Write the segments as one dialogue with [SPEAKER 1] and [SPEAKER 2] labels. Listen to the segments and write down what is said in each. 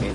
[SPEAKER 1] En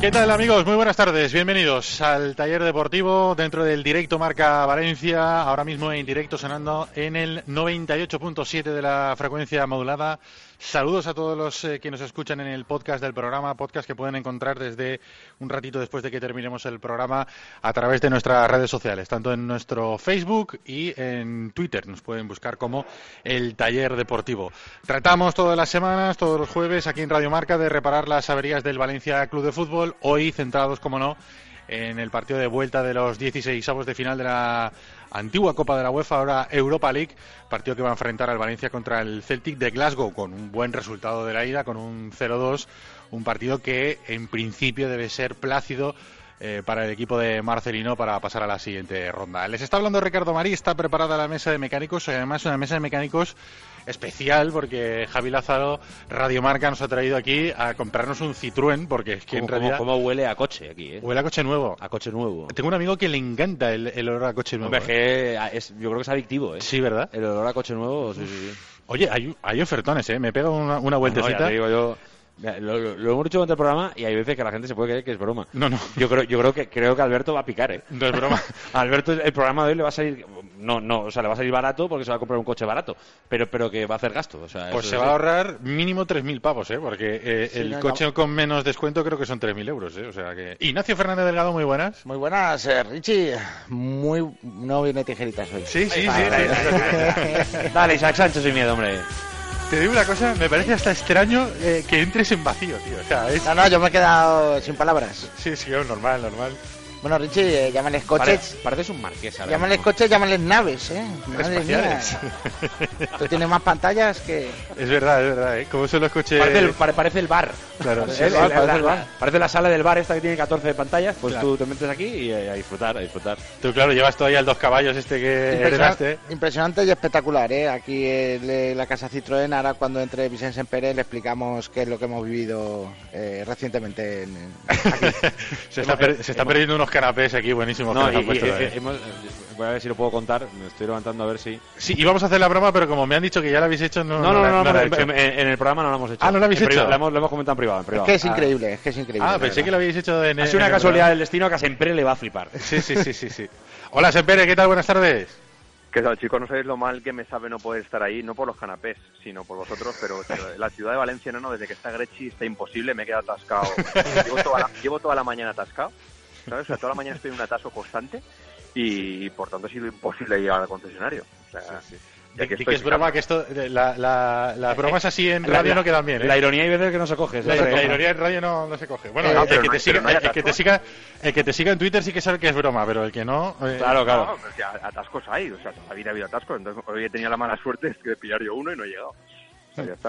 [SPEAKER 2] ¿Qué tal amigos? Muy buenas tardes, bienvenidos al taller deportivo dentro del directo Marca Valencia, ahora mismo en directo sonando en el 98.7 de la frecuencia modulada. Saludos a todos los eh, que nos escuchan en el podcast del programa, podcast que pueden encontrar desde un ratito después de que terminemos el programa a través de nuestras redes sociales, tanto en nuestro Facebook y en Twitter. Nos pueden buscar como el taller deportivo. Tratamos todas las semanas, todos los jueves, aquí en Radio Marca, de reparar las averías del Valencia Club de Fútbol hoy centrados, como no, en el partido de vuelta de los 16 avos de final de la antigua Copa de la UEFA, ahora Europa League, partido que va a enfrentar al Valencia contra el Celtic de Glasgow, con un buen resultado de la ida, con un 0-2, un partido que en principio debe ser plácido. Eh, para el equipo de Marcelino para pasar a la siguiente ronda. Les está hablando Ricardo Marí, está preparada la mesa de mecánicos, además una mesa de mecánicos especial porque Javi Lázaro Radiomarca nos ha traído aquí a comprarnos un Citroën porque es que en
[SPEAKER 3] ¿Cómo,
[SPEAKER 2] realidad
[SPEAKER 3] cómo huele a coche aquí? ¿eh?
[SPEAKER 2] huele a coche nuevo.
[SPEAKER 3] A coche nuevo.
[SPEAKER 2] Tengo un amigo que le encanta el, el olor a coche nuevo.
[SPEAKER 3] Hombre, es
[SPEAKER 2] ¿eh?
[SPEAKER 3] que a- es- yo creo que es adictivo, ¿eh?
[SPEAKER 2] Sí, ¿verdad?
[SPEAKER 3] El olor a coche nuevo, sí, sí, sí.
[SPEAKER 2] Oye, hay, hay ofertones, ¿eh? Me pega una,
[SPEAKER 3] No,
[SPEAKER 2] una
[SPEAKER 3] ya
[SPEAKER 2] vueltecita.
[SPEAKER 3] te digo yo. Mira, Lo, lo- lo hemos dicho durante el programa y hay veces que la gente se puede creer que es broma.
[SPEAKER 2] No, no.
[SPEAKER 3] Yo creo, yo creo que creo que Alberto va a picar, ¿eh?
[SPEAKER 2] No es broma.
[SPEAKER 3] Alberto, el programa de hoy le va a salir, no, no, o sea, le va a salir barato porque se va a comprar un coche barato, pero, pero que va a hacer gasto. O sea,
[SPEAKER 2] Pues
[SPEAKER 3] eso
[SPEAKER 2] se
[SPEAKER 3] es-
[SPEAKER 2] va a ahorrar mínimo 3.000 pavos, ¿eh? Porque eh,
[SPEAKER 4] Sí,
[SPEAKER 2] el
[SPEAKER 4] no,
[SPEAKER 2] coche con menos descuento creo que son 3.000 euros, ¿eh? O sea que... Ignacio Fernández Delgado, muy buenas.
[SPEAKER 4] Muy buenas, eh, Richie. Muy... No viene tijeritas hoy.
[SPEAKER 2] Sí, sí, sí.
[SPEAKER 3] Dale, Isaac Sánchez sin miedo, hombre.
[SPEAKER 2] Te digo una cosa, me parece hasta extraño eh, que entres en vacío, tío. O sea, es...
[SPEAKER 4] No, no, yo me he quedado sin palabras.
[SPEAKER 2] Sí, sí, es normal, normal.
[SPEAKER 4] Bueno, Richie, eh, llámales
[SPEAKER 3] Pare-
[SPEAKER 4] coches.
[SPEAKER 3] pareces un marqués ahora
[SPEAKER 4] Llámales
[SPEAKER 3] mismo.
[SPEAKER 4] coches, llámales naves, ¿eh? Madre mía.
[SPEAKER 2] Espaciales.
[SPEAKER 4] Tú tienes más pantallas que...
[SPEAKER 2] es verdad, es verdad, ¿eh? Como son los coches...
[SPEAKER 3] Parece el, pare- parece el bar.
[SPEAKER 2] Claro,
[SPEAKER 3] El-
[SPEAKER 2] sí,
[SPEAKER 3] el-
[SPEAKER 2] sí.
[SPEAKER 3] el- parece, el bar. Parece la sala del bar esta que tiene 14 pantallas. Pues tú te metes aquí y eh, a disfrutar, a disfrutar.
[SPEAKER 2] Tú, claro, llevas todavía el dos caballos este que heredaste.
[SPEAKER 4] Impresionante y espectacular, ¿eh? Aquí en eh, la Casa Citroën, ahora cuando entre Vicente Pérez, le explicamos qué es lo que hemos vivido eh, recientemente en, en- aquí.
[SPEAKER 2] se está, per- se está perdiendo unos canapés aquí buenísimos. que
[SPEAKER 3] No,
[SPEAKER 2] nos han
[SPEAKER 3] y-
[SPEAKER 2] puesto,
[SPEAKER 3] y-
[SPEAKER 2] ¿eh?
[SPEAKER 3] hemos- voy a ver si lo puedo contar. Me estoy levantando a ver si.
[SPEAKER 2] Sí, íbamos a hacer la broma, pero como me han dicho que ya la habéis hecho, no,
[SPEAKER 3] No, no,
[SPEAKER 2] la-
[SPEAKER 3] no,
[SPEAKER 2] la he
[SPEAKER 3] en,
[SPEAKER 2] hecho.
[SPEAKER 3] en- en el programa no lo hemos hecho.
[SPEAKER 2] Ah, ¿no lo habéis
[SPEAKER 3] En privado,
[SPEAKER 2] hecho?
[SPEAKER 3] Lo hemos, lo hemos comentado en privado. En
[SPEAKER 4] Es
[SPEAKER 3] privado.
[SPEAKER 4] que es
[SPEAKER 3] Ah,
[SPEAKER 4] increíble, es que es increíble.
[SPEAKER 2] Ah,
[SPEAKER 4] la
[SPEAKER 2] pensé
[SPEAKER 4] verdad.
[SPEAKER 2] que lo habéis hecho en.
[SPEAKER 3] Ha sido
[SPEAKER 2] en
[SPEAKER 3] una
[SPEAKER 2] el
[SPEAKER 3] casualidad del destino que a Sempere le va a flipar.
[SPEAKER 2] programa. Sí, sí, sí, sí, sí. Hola, Sempere, ¿qué tal? Buenas tardes.
[SPEAKER 5] Que tal, chicos, no sabéis lo mal que me sabe no poder estar ahí, no por los canapés, sino por vosotros, pero pero la ciudad de Valencia, no, no, desde que está Grechi está imposible, me he quedado atascado. Llevo toda la, llevo toda la mañana atascado, ¿sabes? O sea, toda la mañana estoy en un atasco constante y, por tanto ha sido imposible llegar al concesionario. O sea, y
[SPEAKER 2] Di-
[SPEAKER 5] aquí
[SPEAKER 2] di
[SPEAKER 5] estoy,
[SPEAKER 2] que es broma
[SPEAKER 5] Ricardo.
[SPEAKER 2] que esto. de- la- la- las bromas así en
[SPEAKER 3] La-
[SPEAKER 2] radio
[SPEAKER 3] la-
[SPEAKER 2] no quedan bien. ¿eh?
[SPEAKER 3] La ironía hay veces que no se coge.
[SPEAKER 2] La-
[SPEAKER 3] ¿sabes?
[SPEAKER 2] la ironía en radio no, no se coge. Bueno,
[SPEAKER 4] Eh,
[SPEAKER 2] el,
[SPEAKER 5] pero
[SPEAKER 2] que
[SPEAKER 5] no-
[SPEAKER 2] te siga,
[SPEAKER 5] pero no hay
[SPEAKER 2] el que te
[SPEAKER 5] atascos.
[SPEAKER 2] siga, el que te siga en Twitter sí que sabe que es broma, pero el que no. eh,
[SPEAKER 3] Claro,
[SPEAKER 5] No,
[SPEAKER 3] claro.
[SPEAKER 5] pero si a- atascos hay, o sea, toda la vida ha habido atascos, entonces hoy he tenido la mala suerte de pillar yo uno y no he llegado. O sea, ya está.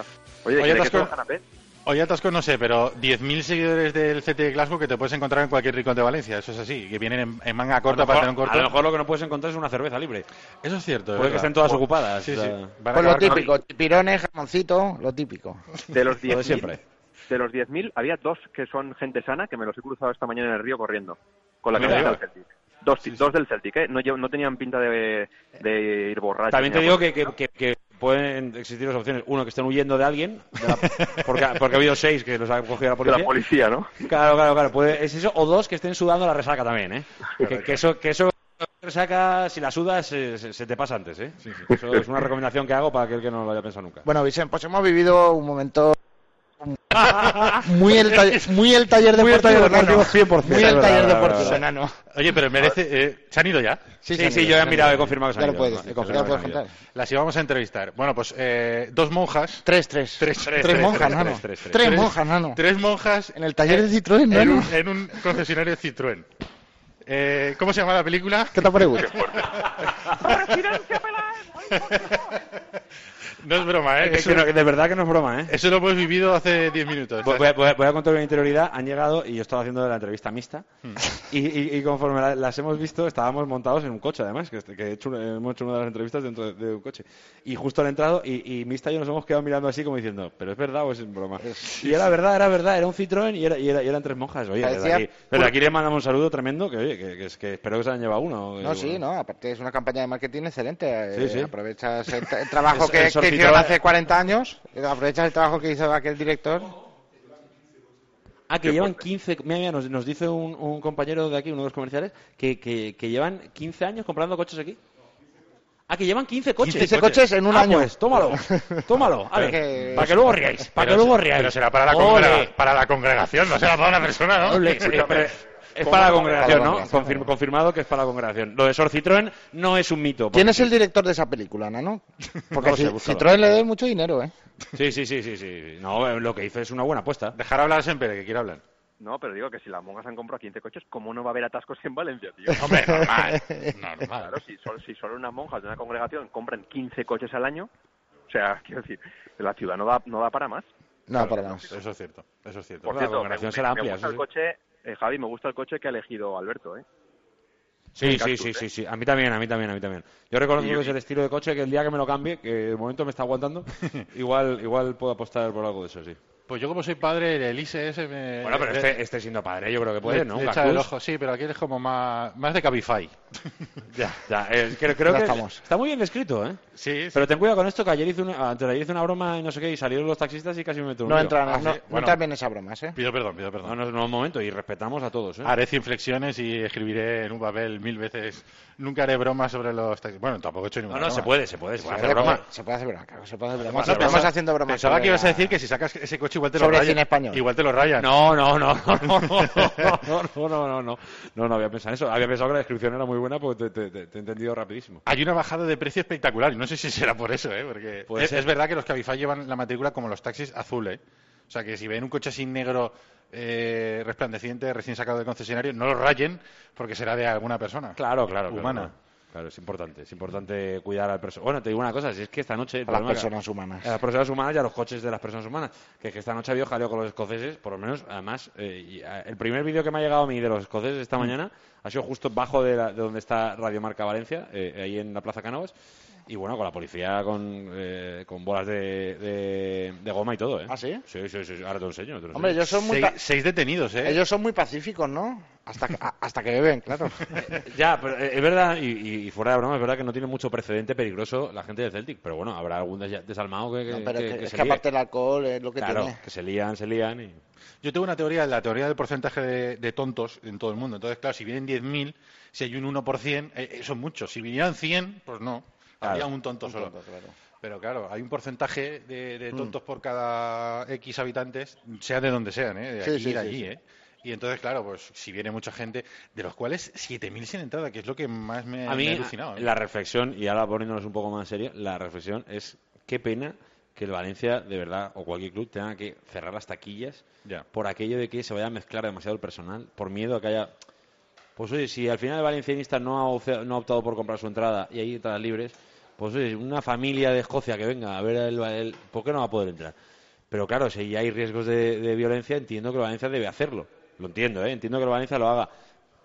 [SPEAKER 2] Oye,
[SPEAKER 5] Oye, ¿de qué
[SPEAKER 2] atasco-
[SPEAKER 5] son los canapés?
[SPEAKER 2] Hoy atasco no sé, pero 10.000 seguidores del CT de Glasgow que te puedes encontrar en cualquier rincón de Valencia. Eso es así, que vienen en, en manga corta,
[SPEAKER 3] a, lo
[SPEAKER 2] pantalón
[SPEAKER 3] mejor,
[SPEAKER 2] corto.
[SPEAKER 3] a lo mejor lo que no puedes encontrar es una cerveza libre.
[SPEAKER 2] Eso es cierto. es
[SPEAKER 3] Puede que
[SPEAKER 2] verdad. Pues,
[SPEAKER 3] estén todas ocupadas.
[SPEAKER 2] Sí,
[SPEAKER 3] o
[SPEAKER 2] sí.
[SPEAKER 3] sea.
[SPEAKER 2] Van a
[SPEAKER 4] Pues lo
[SPEAKER 2] acabar con-
[SPEAKER 4] típico, pirones, jamoncito, lo típico.
[SPEAKER 5] De los
[SPEAKER 3] Lo de
[SPEAKER 5] 10.000,
[SPEAKER 3] siempre.
[SPEAKER 5] de los 10.000, había dos que son gente sana que me los he cruzado esta mañana en el río corriendo. con la
[SPEAKER 3] Mira,
[SPEAKER 5] camiseta
[SPEAKER 3] yo.
[SPEAKER 5] del Celtic. Dos, dos del Celtic, ¿eh? No, llevo- no tenían pinta de, de ir borrachos.
[SPEAKER 3] También te
[SPEAKER 5] ni
[SPEAKER 3] digo que,
[SPEAKER 5] nada
[SPEAKER 3] que, que- que pueden existir dos opciones. Uno, que estén huyendo de alguien, de la- porque, porque ha habido seis que los ha cogido la
[SPEAKER 5] por eso.
[SPEAKER 3] policía.
[SPEAKER 5] De la policía, ¿no?
[SPEAKER 3] Claro, claro, claro. puede- es eso. O dos, que estén sudando la resaca también, ¿eh? Que, que eso, que eso resaca, si la sudas, se, se- se te pasa antes, ¿eh? Eso es una recomendación que hago para aquel que no lo haya pensado nunca.
[SPEAKER 4] Bueno, Vicente, pues hemos vivido un momento muy el, ta- muy el taller
[SPEAKER 3] Muy el
[SPEAKER 4] deportivo,
[SPEAKER 3] taller
[SPEAKER 4] enano.
[SPEAKER 3] deportivo, 100%,
[SPEAKER 4] Muy el
[SPEAKER 3] es verdad,
[SPEAKER 4] taller
[SPEAKER 3] verdad,
[SPEAKER 4] deportivo
[SPEAKER 3] verdad.
[SPEAKER 4] enano.
[SPEAKER 2] Oye, pero merece. eh, ¿Se han ido ya?
[SPEAKER 3] Sí,
[SPEAKER 4] se
[SPEAKER 3] sí,
[SPEAKER 4] han ido,
[SPEAKER 3] yo
[SPEAKER 4] se
[SPEAKER 3] he
[SPEAKER 4] han
[SPEAKER 3] mirado,
[SPEAKER 4] ido.
[SPEAKER 3] he confirmado que se
[SPEAKER 4] Ya
[SPEAKER 3] han
[SPEAKER 4] lo
[SPEAKER 3] ido,
[SPEAKER 4] puedes
[SPEAKER 3] he
[SPEAKER 4] decir, ya
[SPEAKER 3] confirmado
[SPEAKER 4] lo
[SPEAKER 3] que
[SPEAKER 4] puedes
[SPEAKER 3] se han ido.
[SPEAKER 4] contar.
[SPEAKER 2] Las íbamos a entrevistar. Bueno, pues eh, dos monjas.
[SPEAKER 4] Tres, tres.
[SPEAKER 2] Tres, tres, tres,
[SPEAKER 4] monjas,
[SPEAKER 2] tres,
[SPEAKER 4] nano.
[SPEAKER 3] tres, tres,
[SPEAKER 4] Tres,
[SPEAKER 3] tres.
[SPEAKER 4] monjas, nano.
[SPEAKER 2] Tres monjas. eh,
[SPEAKER 4] En el taller de Citroën,
[SPEAKER 2] en,
[SPEAKER 4] nano.
[SPEAKER 2] un, en un concesionario Citroën. Eh, ¿Cómo se llama la película?
[SPEAKER 4] ¿Qué te parece?
[SPEAKER 2] No es broma, ¿eh?
[SPEAKER 3] Es
[SPEAKER 2] Eso,
[SPEAKER 3] que no- de verdad que no es broma, ¿eh?
[SPEAKER 2] eso lo hemos vivido hace 10 minutos.
[SPEAKER 3] Voy, voy a- voy a- voy a contar una interioridad. Han llegado y yo estaba haciendo la entrevista mixta.
[SPEAKER 4] Hmm.
[SPEAKER 3] Y, y- y conforme la- las hemos visto, estábamos montados en un coche, además, que, este- que he hecho un- hemos hecho una de las entrevistas dentro de, de un coche. Y justo han entrado y, y mixta y yo nos hemos quedado mirando así como diciendo, ¿pero es verdad o es broma? Y era verdad, era verdad, era un Citroën y, era, y, era- y eran tres monjas. Oye, desde
[SPEAKER 4] Parecía
[SPEAKER 3] aquí, desde aquí le mandamos un saludo tremendo, que, oye, que, que es- que espero que se hayan llevado uno.
[SPEAKER 4] No, sí, no. Aparte es una campaña de marketing excelente. eh,
[SPEAKER 3] Sí, sí.
[SPEAKER 4] Aprovechas el, tra- el trabajo
[SPEAKER 3] Es-
[SPEAKER 4] que,
[SPEAKER 3] el
[SPEAKER 4] que
[SPEAKER 3] Sorcitro-
[SPEAKER 4] hicieron hace 40 años. eh, Aprovechas el trabajo que hizo aquel director.
[SPEAKER 3] Ah, que llevan 15. Mira, mira, nos, nos dice un, un compañero de aquí, uno de los comerciales, que, que, que llevan 15 años comprando coches aquí. Ah, que llevan 15 coches.
[SPEAKER 4] 15 coches en un
[SPEAKER 3] Ah,
[SPEAKER 4] año.
[SPEAKER 3] Pues, tómalo, tómalo. A ver,
[SPEAKER 4] Pero que-
[SPEAKER 3] para que luego riáis. Para que
[SPEAKER 2] Pero
[SPEAKER 3] luego
[SPEAKER 2] se-
[SPEAKER 3] riáis.
[SPEAKER 2] Pero será para la,
[SPEAKER 3] Ole,
[SPEAKER 2] congrega- para la congregación, no será para una persona, ¿no?
[SPEAKER 3] ole. Sí, pero Es para la congregación, ¿no? Confirm- confirmado que es para la congregación. Lo de Sor Citroën no es un mito. porque-
[SPEAKER 4] ¿Quién es el director de esa película, Nano? Porque
[SPEAKER 3] No lo sé,
[SPEAKER 4] Ci-
[SPEAKER 3] búscalo.
[SPEAKER 4] Citroën le debe mucho dinero, ¿eh?
[SPEAKER 3] Sí, sí, sí, sí, sí. No, eh, lo que hizo es una buena apuesta.
[SPEAKER 2] Dejar hablar a Sempere, que quiere hablar.
[SPEAKER 5] No, pero digo que si las monjas han comprado 15 coches, ¿cómo no va a haber atascos en Valencia, tío?
[SPEAKER 2] Hombre, normal. normal.
[SPEAKER 5] Claro, si solo, si solo unas monjas de una congregación compran 15 coches al año, o sea, quiero decir, la ciudad no da, no da para más.
[SPEAKER 4] No, para más.
[SPEAKER 2] Eso es cierto, eso es cierto.
[SPEAKER 5] Por
[SPEAKER 3] Pues la
[SPEAKER 5] cierto, me,
[SPEAKER 3] congregación
[SPEAKER 5] me-
[SPEAKER 3] será
[SPEAKER 5] me
[SPEAKER 3] amplia, eso
[SPEAKER 5] gusta el
[SPEAKER 3] sí.
[SPEAKER 5] coche, eh, Javi, me gusta el coche que ha elegido Alberto, ¿eh?
[SPEAKER 3] Sí, sí,
[SPEAKER 5] Cactus,
[SPEAKER 3] sí,
[SPEAKER 5] ¿eh?
[SPEAKER 3] sí, sí. A mí también, a mí también, a mí también. Yo reconozco que es el estilo de coche que el día que me lo cambie, que de momento me está aguantando, igual, igual puedo apostar por algo de eso, sí.
[SPEAKER 2] Pues yo como soy padre, el ICS E me...
[SPEAKER 3] Bueno, pero
[SPEAKER 2] le-
[SPEAKER 3] este, este siendo padre yo creo que puede,
[SPEAKER 2] le-
[SPEAKER 3] ¿no?
[SPEAKER 2] le
[SPEAKER 3] Un
[SPEAKER 2] echa
[SPEAKER 3] Cactus.
[SPEAKER 2] el ojo, sí, pero aquí eres como más, más de Cabify.
[SPEAKER 3] Ya, ya. eh, creo creo
[SPEAKER 4] Ya
[SPEAKER 3] que
[SPEAKER 4] estamos.
[SPEAKER 3] está muy bien descrito, ¿eh?
[SPEAKER 2] Sí, sí.
[SPEAKER 3] Pero ten cuidado con esto, que ayer hice una, antes de ayer hice una broma y no sé qué, y salieron los taxistas y casi me metieron
[SPEAKER 4] No entran, no, no
[SPEAKER 2] bueno.
[SPEAKER 4] entran bien esas bromas, ¿eh?
[SPEAKER 2] Pido perdón,
[SPEAKER 3] No,
[SPEAKER 2] pido perdón.
[SPEAKER 3] no, no, un momento, y respetamos a todos, ¿eh?
[SPEAKER 2] Haré cien flexiones y escribiré en un papel mil veces. Nunca haré bromas sobre los... taxis. Bueno, tampoco he hecho
[SPEAKER 3] No,
[SPEAKER 2] ninguna
[SPEAKER 3] no, se
[SPEAKER 2] broma.
[SPEAKER 3] puede, se puede, se puede hacer
[SPEAKER 4] Se puede-
[SPEAKER 3] broma.
[SPEAKER 4] Se puede hacer broma, claro, se puede hacer broma.
[SPEAKER 3] Bueno,
[SPEAKER 4] Estamos
[SPEAKER 3] pensaba-
[SPEAKER 4] haciendo bromas.
[SPEAKER 2] Pensaba que
[SPEAKER 4] sobre
[SPEAKER 2] ibas a
[SPEAKER 4] la-
[SPEAKER 2] decir que si sacas ese coche igual te lo
[SPEAKER 4] Sobre
[SPEAKER 2] rayan.
[SPEAKER 4] cine español.
[SPEAKER 2] Igual te lo rayan.
[SPEAKER 3] No, no, no, no, no, no, no, no, no, no, no, no, no había pensado en eso. Había pensado que la descripción era muy buena porque te- te- te- te he entendido rapidísimo.
[SPEAKER 2] Hay una bajada de precio espectacular y no sé si será por eso, ¿eh? Porque
[SPEAKER 3] Puede
[SPEAKER 2] es,
[SPEAKER 3] ser.
[SPEAKER 2] es verdad que los Cabify llevan la matrícula como los taxis azul, ¿eh? O sea, que si ven un coche así negro eh, resplandeciente, recién sacado del concesionario, no lo rayen porque será de alguna persona.
[SPEAKER 3] Claro, claro, claro,
[SPEAKER 2] Humana.
[SPEAKER 3] Claro, Claro, es importante, es importante cuidar al persona. Bueno, te digo una cosa, si es que esta noche el
[SPEAKER 4] A las
[SPEAKER 3] problema que-
[SPEAKER 4] personas humanas.
[SPEAKER 3] a las personas humanas y a los coches de las personas humanas, que, es que esta noche había jaleo con los escoceses, por lo menos, además, eh, y, a- el primer vídeo que me ha llegado a mí de los escoceses
[SPEAKER 4] Mm.
[SPEAKER 3] esta mañana ha sido justo bajo de, la- de donde está Radio Marca Valencia, eh, ahí en la Plaza Cánovas, y bueno, con la policía con, eh, con bolas de, de- de goma y todo, ¿eh?
[SPEAKER 4] ¿Ah, sí?
[SPEAKER 3] Sí, sí, sí, sí, ahora te lo enseño. te lo
[SPEAKER 4] Hombre,
[SPEAKER 3] enseño.
[SPEAKER 4] ellos son muy,
[SPEAKER 2] Seis,
[SPEAKER 4] pa-
[SPEAKER 2] seis detenidos, ¿eh?
[SPEAKER 4] ellos son muy pacíficos, ¿no? Hasta que, a- hasta que beben, claro.
[SPEAKER 3] Ya, pero eh, es verdad, y, y- y fuera de broma, es verdad que no tiene mucho precedente peligroso la gente del Celtic, pero bueno, habrá algún desa- desalmado que, que,
[SPEAKER 4] No, pero
[SPEAKER 3] que-
[SPEAKER 4] es que,
[SPEAKER 3] que
[SPEAKER 4] es
[SPEAKER 3] se
[SPEAKER 4] que
[SPEAKER 3] líe.
[SPEAKER 4] aparte el alcohol es lo que
[SPEAKER 3] Claro,
[SPEAKER 4] tiene.
[SPEAKER 3] que se lían, se lían y...
[SPEAKER 2] Yo tengo una teoría, la teoría del porcentaje de, de tontos en todo el mundo. Entonces, claro, si vienen 10.000, si hay un 1%, eh, eh, son muchos. Si vinieran 100, pues no.
[SPEAKER 3] Claro,
[SPEAKER 2] Habría un tonto solo. Pero claro, hay un porcentaje de, de tontos por cada X habitantes, sea de donde sean, ¿eh? de
[SPEAKER 4] Sí,
[SPEAKER 2] aquí
[SPEAKER 4] sí,
[SPEAKER 2] y de
[SPEAKER 4] sí,
[SPEAKER 2] allí.
[SPEAKER 4] sí.
[SPEAKER 2] ¿eh? Y entonces, claro, pues si viene mucha gente, de los cuales 7.000 sin entrada, que es lo que más me,
[SPEAKER 3] A
[SPEAKER 2] me ha
[SPEAKER 3] mí,
[SPEAKER 2] alucinado. ¿eh?
[SPEAKER 3] la reflexión, y ahora poniéndonos un poco más en serio, la reflexión es qué pena que el Valencia, de verdad, o cualquier club, tenga que cerrar las taquillas
[SPEAKER 2] Ya.
[SPEAKER 3] por aquello de que se vaya a mezclar demasiado el personal, por miedo a que haya... Pues oye, si al final el valencianista no ha, opce- no ha optado por comprar su entrada y hay entradas libres, pues oye, una familia de Escocia que venga a ver el, el- ¿Por qué no va a poder entrar? Pero claro, si ya hay riesgos de, de violencia, entiendo que el Valencia debe hacerlo. Lo entiendo, ¿eh? Entiendo que el Valencia lo haga.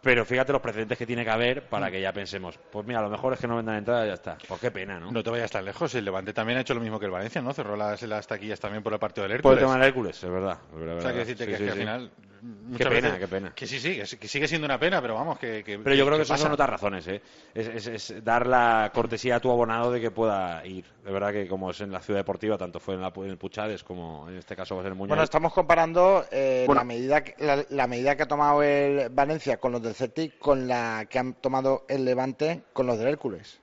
[SPEAKER 3] Pero fíjate los precedentes que tiene que haber para que ya pensemos, pues mira, a lo mejor es que no vendan entradas y ya está. Pues qué pena, ¿no?
[SPEAKER 2] No te vayas tan lejos. El Levante también ha hecho lo mismo que el Valencia, ¿no? Cerró las, las taquillas también por el partido del
[SPEAKER 3] Por
[SPEAKER 2] Hércules.
[SPEAKER 3] el tema del Hércules, es verdad. es verdad,
[SPEAKER 2] pues O
[SPEAKER 3] verdad.
[SPEAKER 2] sea, que decirte
[SPEAKER 3] Sí,
[SPEAKER 2] que, es
[SPEAKER 3] sí,
[SPEAKER 2] que al
[SPEAKER 3] sí.
[SPEAKER 2] final
[SPEAKER 3] Qué
[SPEAKER 2] muchas
[SPEAKER 3] pena,
[SPEAKER 2] veces-
[SPEAKER 3] qué pena.
[SPEAKER 2] Que sí, sí, que, sí- que sigue siendo una pena, pero vamos, que. que-
[SPEAKER 3] Pero yo creo que eso
[SPEAKER 2] pasa.
[SPEAKER 3] son otras razones, ¿eh? Es, es- es dar la cortesía a tu abonado de que pueda ir. De verdad que como es en la ciudad deportiva, tanto fue en, la, en el Puchades como en este caso va a ser en Muñoz.
[SPEAKER 4] Bueno, estamos comparando eh,
[SPEAKER 5] Bueno.
[SPEAKER 4] la, medida que, la, la medida que ha tomado el Valencia con los del Celtic con la que han tomado el Levante con los del Hércules.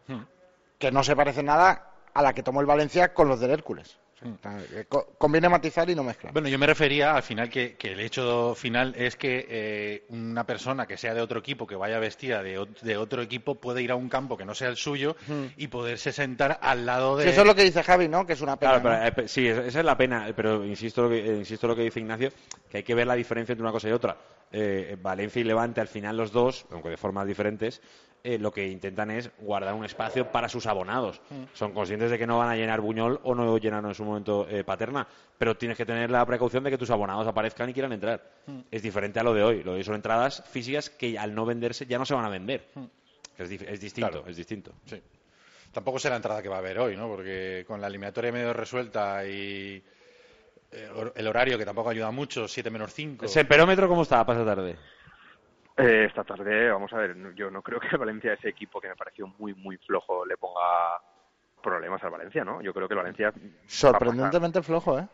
[SPEAKER 4] Que no se parece nada a la que tomó el Valencia con los del Hércules. O sea, está- eh, co- conviene matizar y no mezclar.
[SPEAKER 2] Bueno, yo me refería al final que, que el hecho final es que eh, una persona que sea de otro equipo, que vaya vestida de, ot- de otro equipo, puede ir a un campo que no sea el suyo y poderse sentar al lado de.
[SPEAKER 4] Si eso es lo que dice Javi, ¿no? Que es una pena.
[SPEAKER 3] Claro, pero,
[SPEAKER 4] ¿no?
[SPEAKER 3] eh, pe- sí, es- esa es la pena, eh, pero insisto lo que, eh, insisto lo que dice Ignacio, que hay que ver la diferencia entre una cosa y otra. Eh, Valencia y Levante, al final los dos, aunque de formas diferentes, eh, lo que intentan es guardar un espacio para sus abonados.
[SPEAKER 4] Mm.
[SPEAKER 3] Son conscientes de que no van a llenar Buñol o no llenaron en su momento eh, Paterna, pero tienes que tener la precaución de que tus abonados aparezcan y quieran entrar.
[SPEAKER 4] Mm.
[SPEAKER 3] Es diferente a lo de hoy. Lo de hoy son entradas físicas que al no venderse ya no se van a vender.
[SPEAKER 4] Mm.
[SPEAKER 3] Es, dif- es distinto,
[SPEAKER 2] Claro.
[SPEAKER 3] es distinto.
[SPEAKER 2] Sí. Tampoco será la entrada que va a haber hoy, ¿no? Porque con la eliminatoria medio resuelta y eh, hor- el horario que tampoco ayuda mucho, 7 menos 5.
[SPEAKER 3] ¿El semperómetro cómo estaba? Pasa tarde.
[SPEAKER 5] Eh, esta tarde, vamos a ver, no- yo no creo que el Valencia, ese equipo que me pareció muy, muy flojo, le ponga problemas al Valencia, ¿no? Yo creo que el Valencia... va a pasar.
[SPEAKER 4] Sorprendentemente flojo, ¿eh?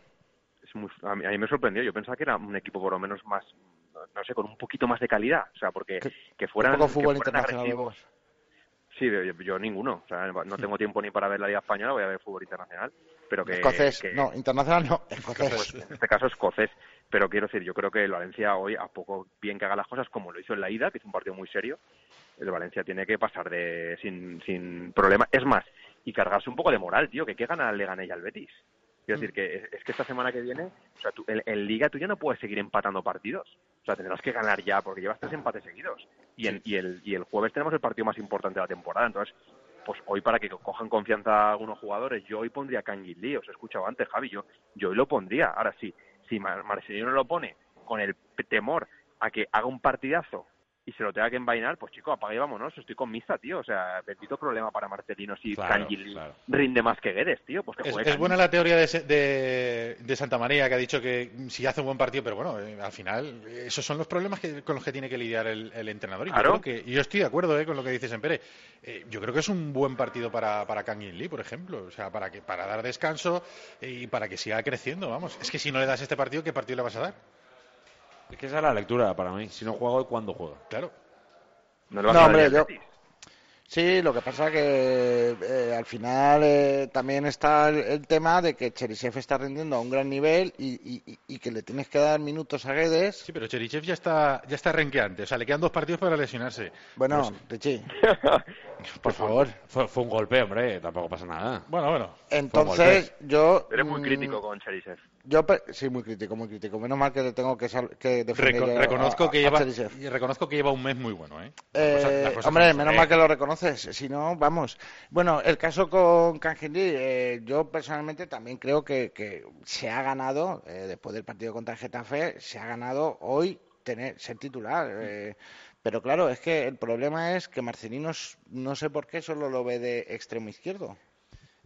[SPEAKER 5] Es muy- a, mí, a mí me sorprendió, yo pensaba que era un equipo por lo menos más, no- no sé, con un poquito más de calidad, o sea, porque
[SPEAKER 4] Que-
[SPEAKER 5] que fueran,
[SPEAKER 4] Un poco fútbol
[SPEAKER 5] que fueran
[SPEAKER 4] internacional.
[SPEAKER 5] agresivos.
[SPEAKER 4] vemos.
[SPEAKER 5] Sí, yo, yo ninguno, o sea, no tengo tiempo ni para ver la Liga Española, voy a ver fútbol internacional, pero que...
[SPEAKER 4] escocés.
[SPEAKER 5] que-
[SPEAKER 4] No, internacional no, escocés.
[SPEAKER 5] en este caso escocés. Pero quiero decir, yo creo que el Valencia hoy, a poco bien que haga las cosas como lo hizo en la ida, que es un partido muy serio, el Valencia tiene que pasar de sin, sin problema. Es más, y cargarse un poco de moral, tío, que qué gana le gana ya al Betis. Quiero decir que es, es que esta semana que viene, o sea, tú- en, en Liga tú ya no puedes seguir empatando partidos. O sea, tendrás que ganar ya porque llevas tres empates seguidos. Y, en- y, el, y el jueves tenemos el partido más importante de la temporada. Entonces, pues hoy para que cojan confianza algunos jugadores, yo hoy pondría a Kangin Lee, os he escuchado antes, Javi, yo, yo hoy lo pondría. Ahora sí, si Mar- Marcelino lo pone con el p- temor a que haga un partidazo y se lo tenga que envainar, pues chico, apaga y vámonos, estoy con misa, tío. O sea, bendito problema para Marcelino si
[SPEAKER 3] Claro,
[SPEAKER 5] Kangin Lee
[SPEAKER 3] claro.
[SPEAKER 5] rinde más que Guedes, tío. Pues que
[SPEAKER 2] Es,
[SPEAKER 5] juegue
[SPEAKER 2] es
[SPEAKER 5] Kangin
[SPEAKER 2] buena la teoría de, se- de- de Santa María, que ha dicho que mm, si hace un buen partido, pero bueno, eh, al final eh, esos son los problemas que- con los que tiene que lidiar el, el entrenador. Y
[SPEAKER 5] Claro.
[SPEAKER 2] yo, creo que, y yo estoy de acuerdo eh, con lo que dices en Pérez. yo creo que es un buen partido para, para Kang In Lee, por ejemplo. O sea, para, que, para dar descanso eh, y para que siga creciendo, vamos. Es que si no le das este partido, ¿qué partido le vas a dar?
[SPEAKER 3] Es que esa es la lectura para mí. Si no juego, ¿cuándo juego?
[SPEAKER 2] Claro.
[SPEAKER 5] le vas
[SPEAKER 4] No,
[SPEAKER 5] a dar
[SPEAKER 4] hombre,
[SPEAKER 5] el
[SPEAKER 4] yo-
[SPEAKER 5] Betis.
[SPEAKER 4] Sí, lo que pasa que eh, al final eh, también está el, el tema de que Cherisev está rindiendo a un gran nivel y, y- y- y que le tienes que dar minutos a Guedes.
[SPEAKER 2] Sí, pero Cherichev ya está, ya está renqueante. O sea, le quedan dos partidos para lesionarse.
[SPEAKER 4] Bueno,
[SPEAKER 2] Pues,
[SPEAKER 4] Richie, por favor.
[SPEAKER 3] Fue, fue un golpe, hombre, tampoco pasa nada.
[SPEAKER 2] Bueno, bueno.
[SPEAKER 4] Entonces, yo...
[SPEAKER 5] Eres muy
[SPEAKER 4] mm,
[SPEAKER 5] crítico con Cherisev.
[SPEAKER 4] Yo, pe- sí, muy crítico, muy crítico. Menos mal que le tengo que, sal- que defender
[SPEAKER 2] Reco-
[SPEAKER 4] yo a-
[SPEAKER 2] reconozco,
[SPEAKER 4] a-
[SPEAKER 2] que
[SPEAKER 4] a
[SPEAKER 2] lleva,
[SPEAKER 4] Cherisev.
[SPEAKER 2] y reconozco que lleva un mes muy bueno, ¿eh?
[SPEAKER 4] Eh,
[SPEAKER 2] Las cosas- las cosas
[SPEAKER 4] hombre,
[SPEAKER 2] como son,
[SPEAKER 4] menos
[SPEAKER 2] ¿eh?
[SPEAKER 4] mal que lo reconoces, si no, vamos. Bueno, el caso con Kangin Lee, eh, yo personalmente también creo que, que se ha ganado, eh, después del partido contra el Getafe, se ha ganado hoy tener, ser titular. eh, pero claro, es que el problema es que Marcelino, s- no sé por qué, solo lo ve de extremo izquierdo.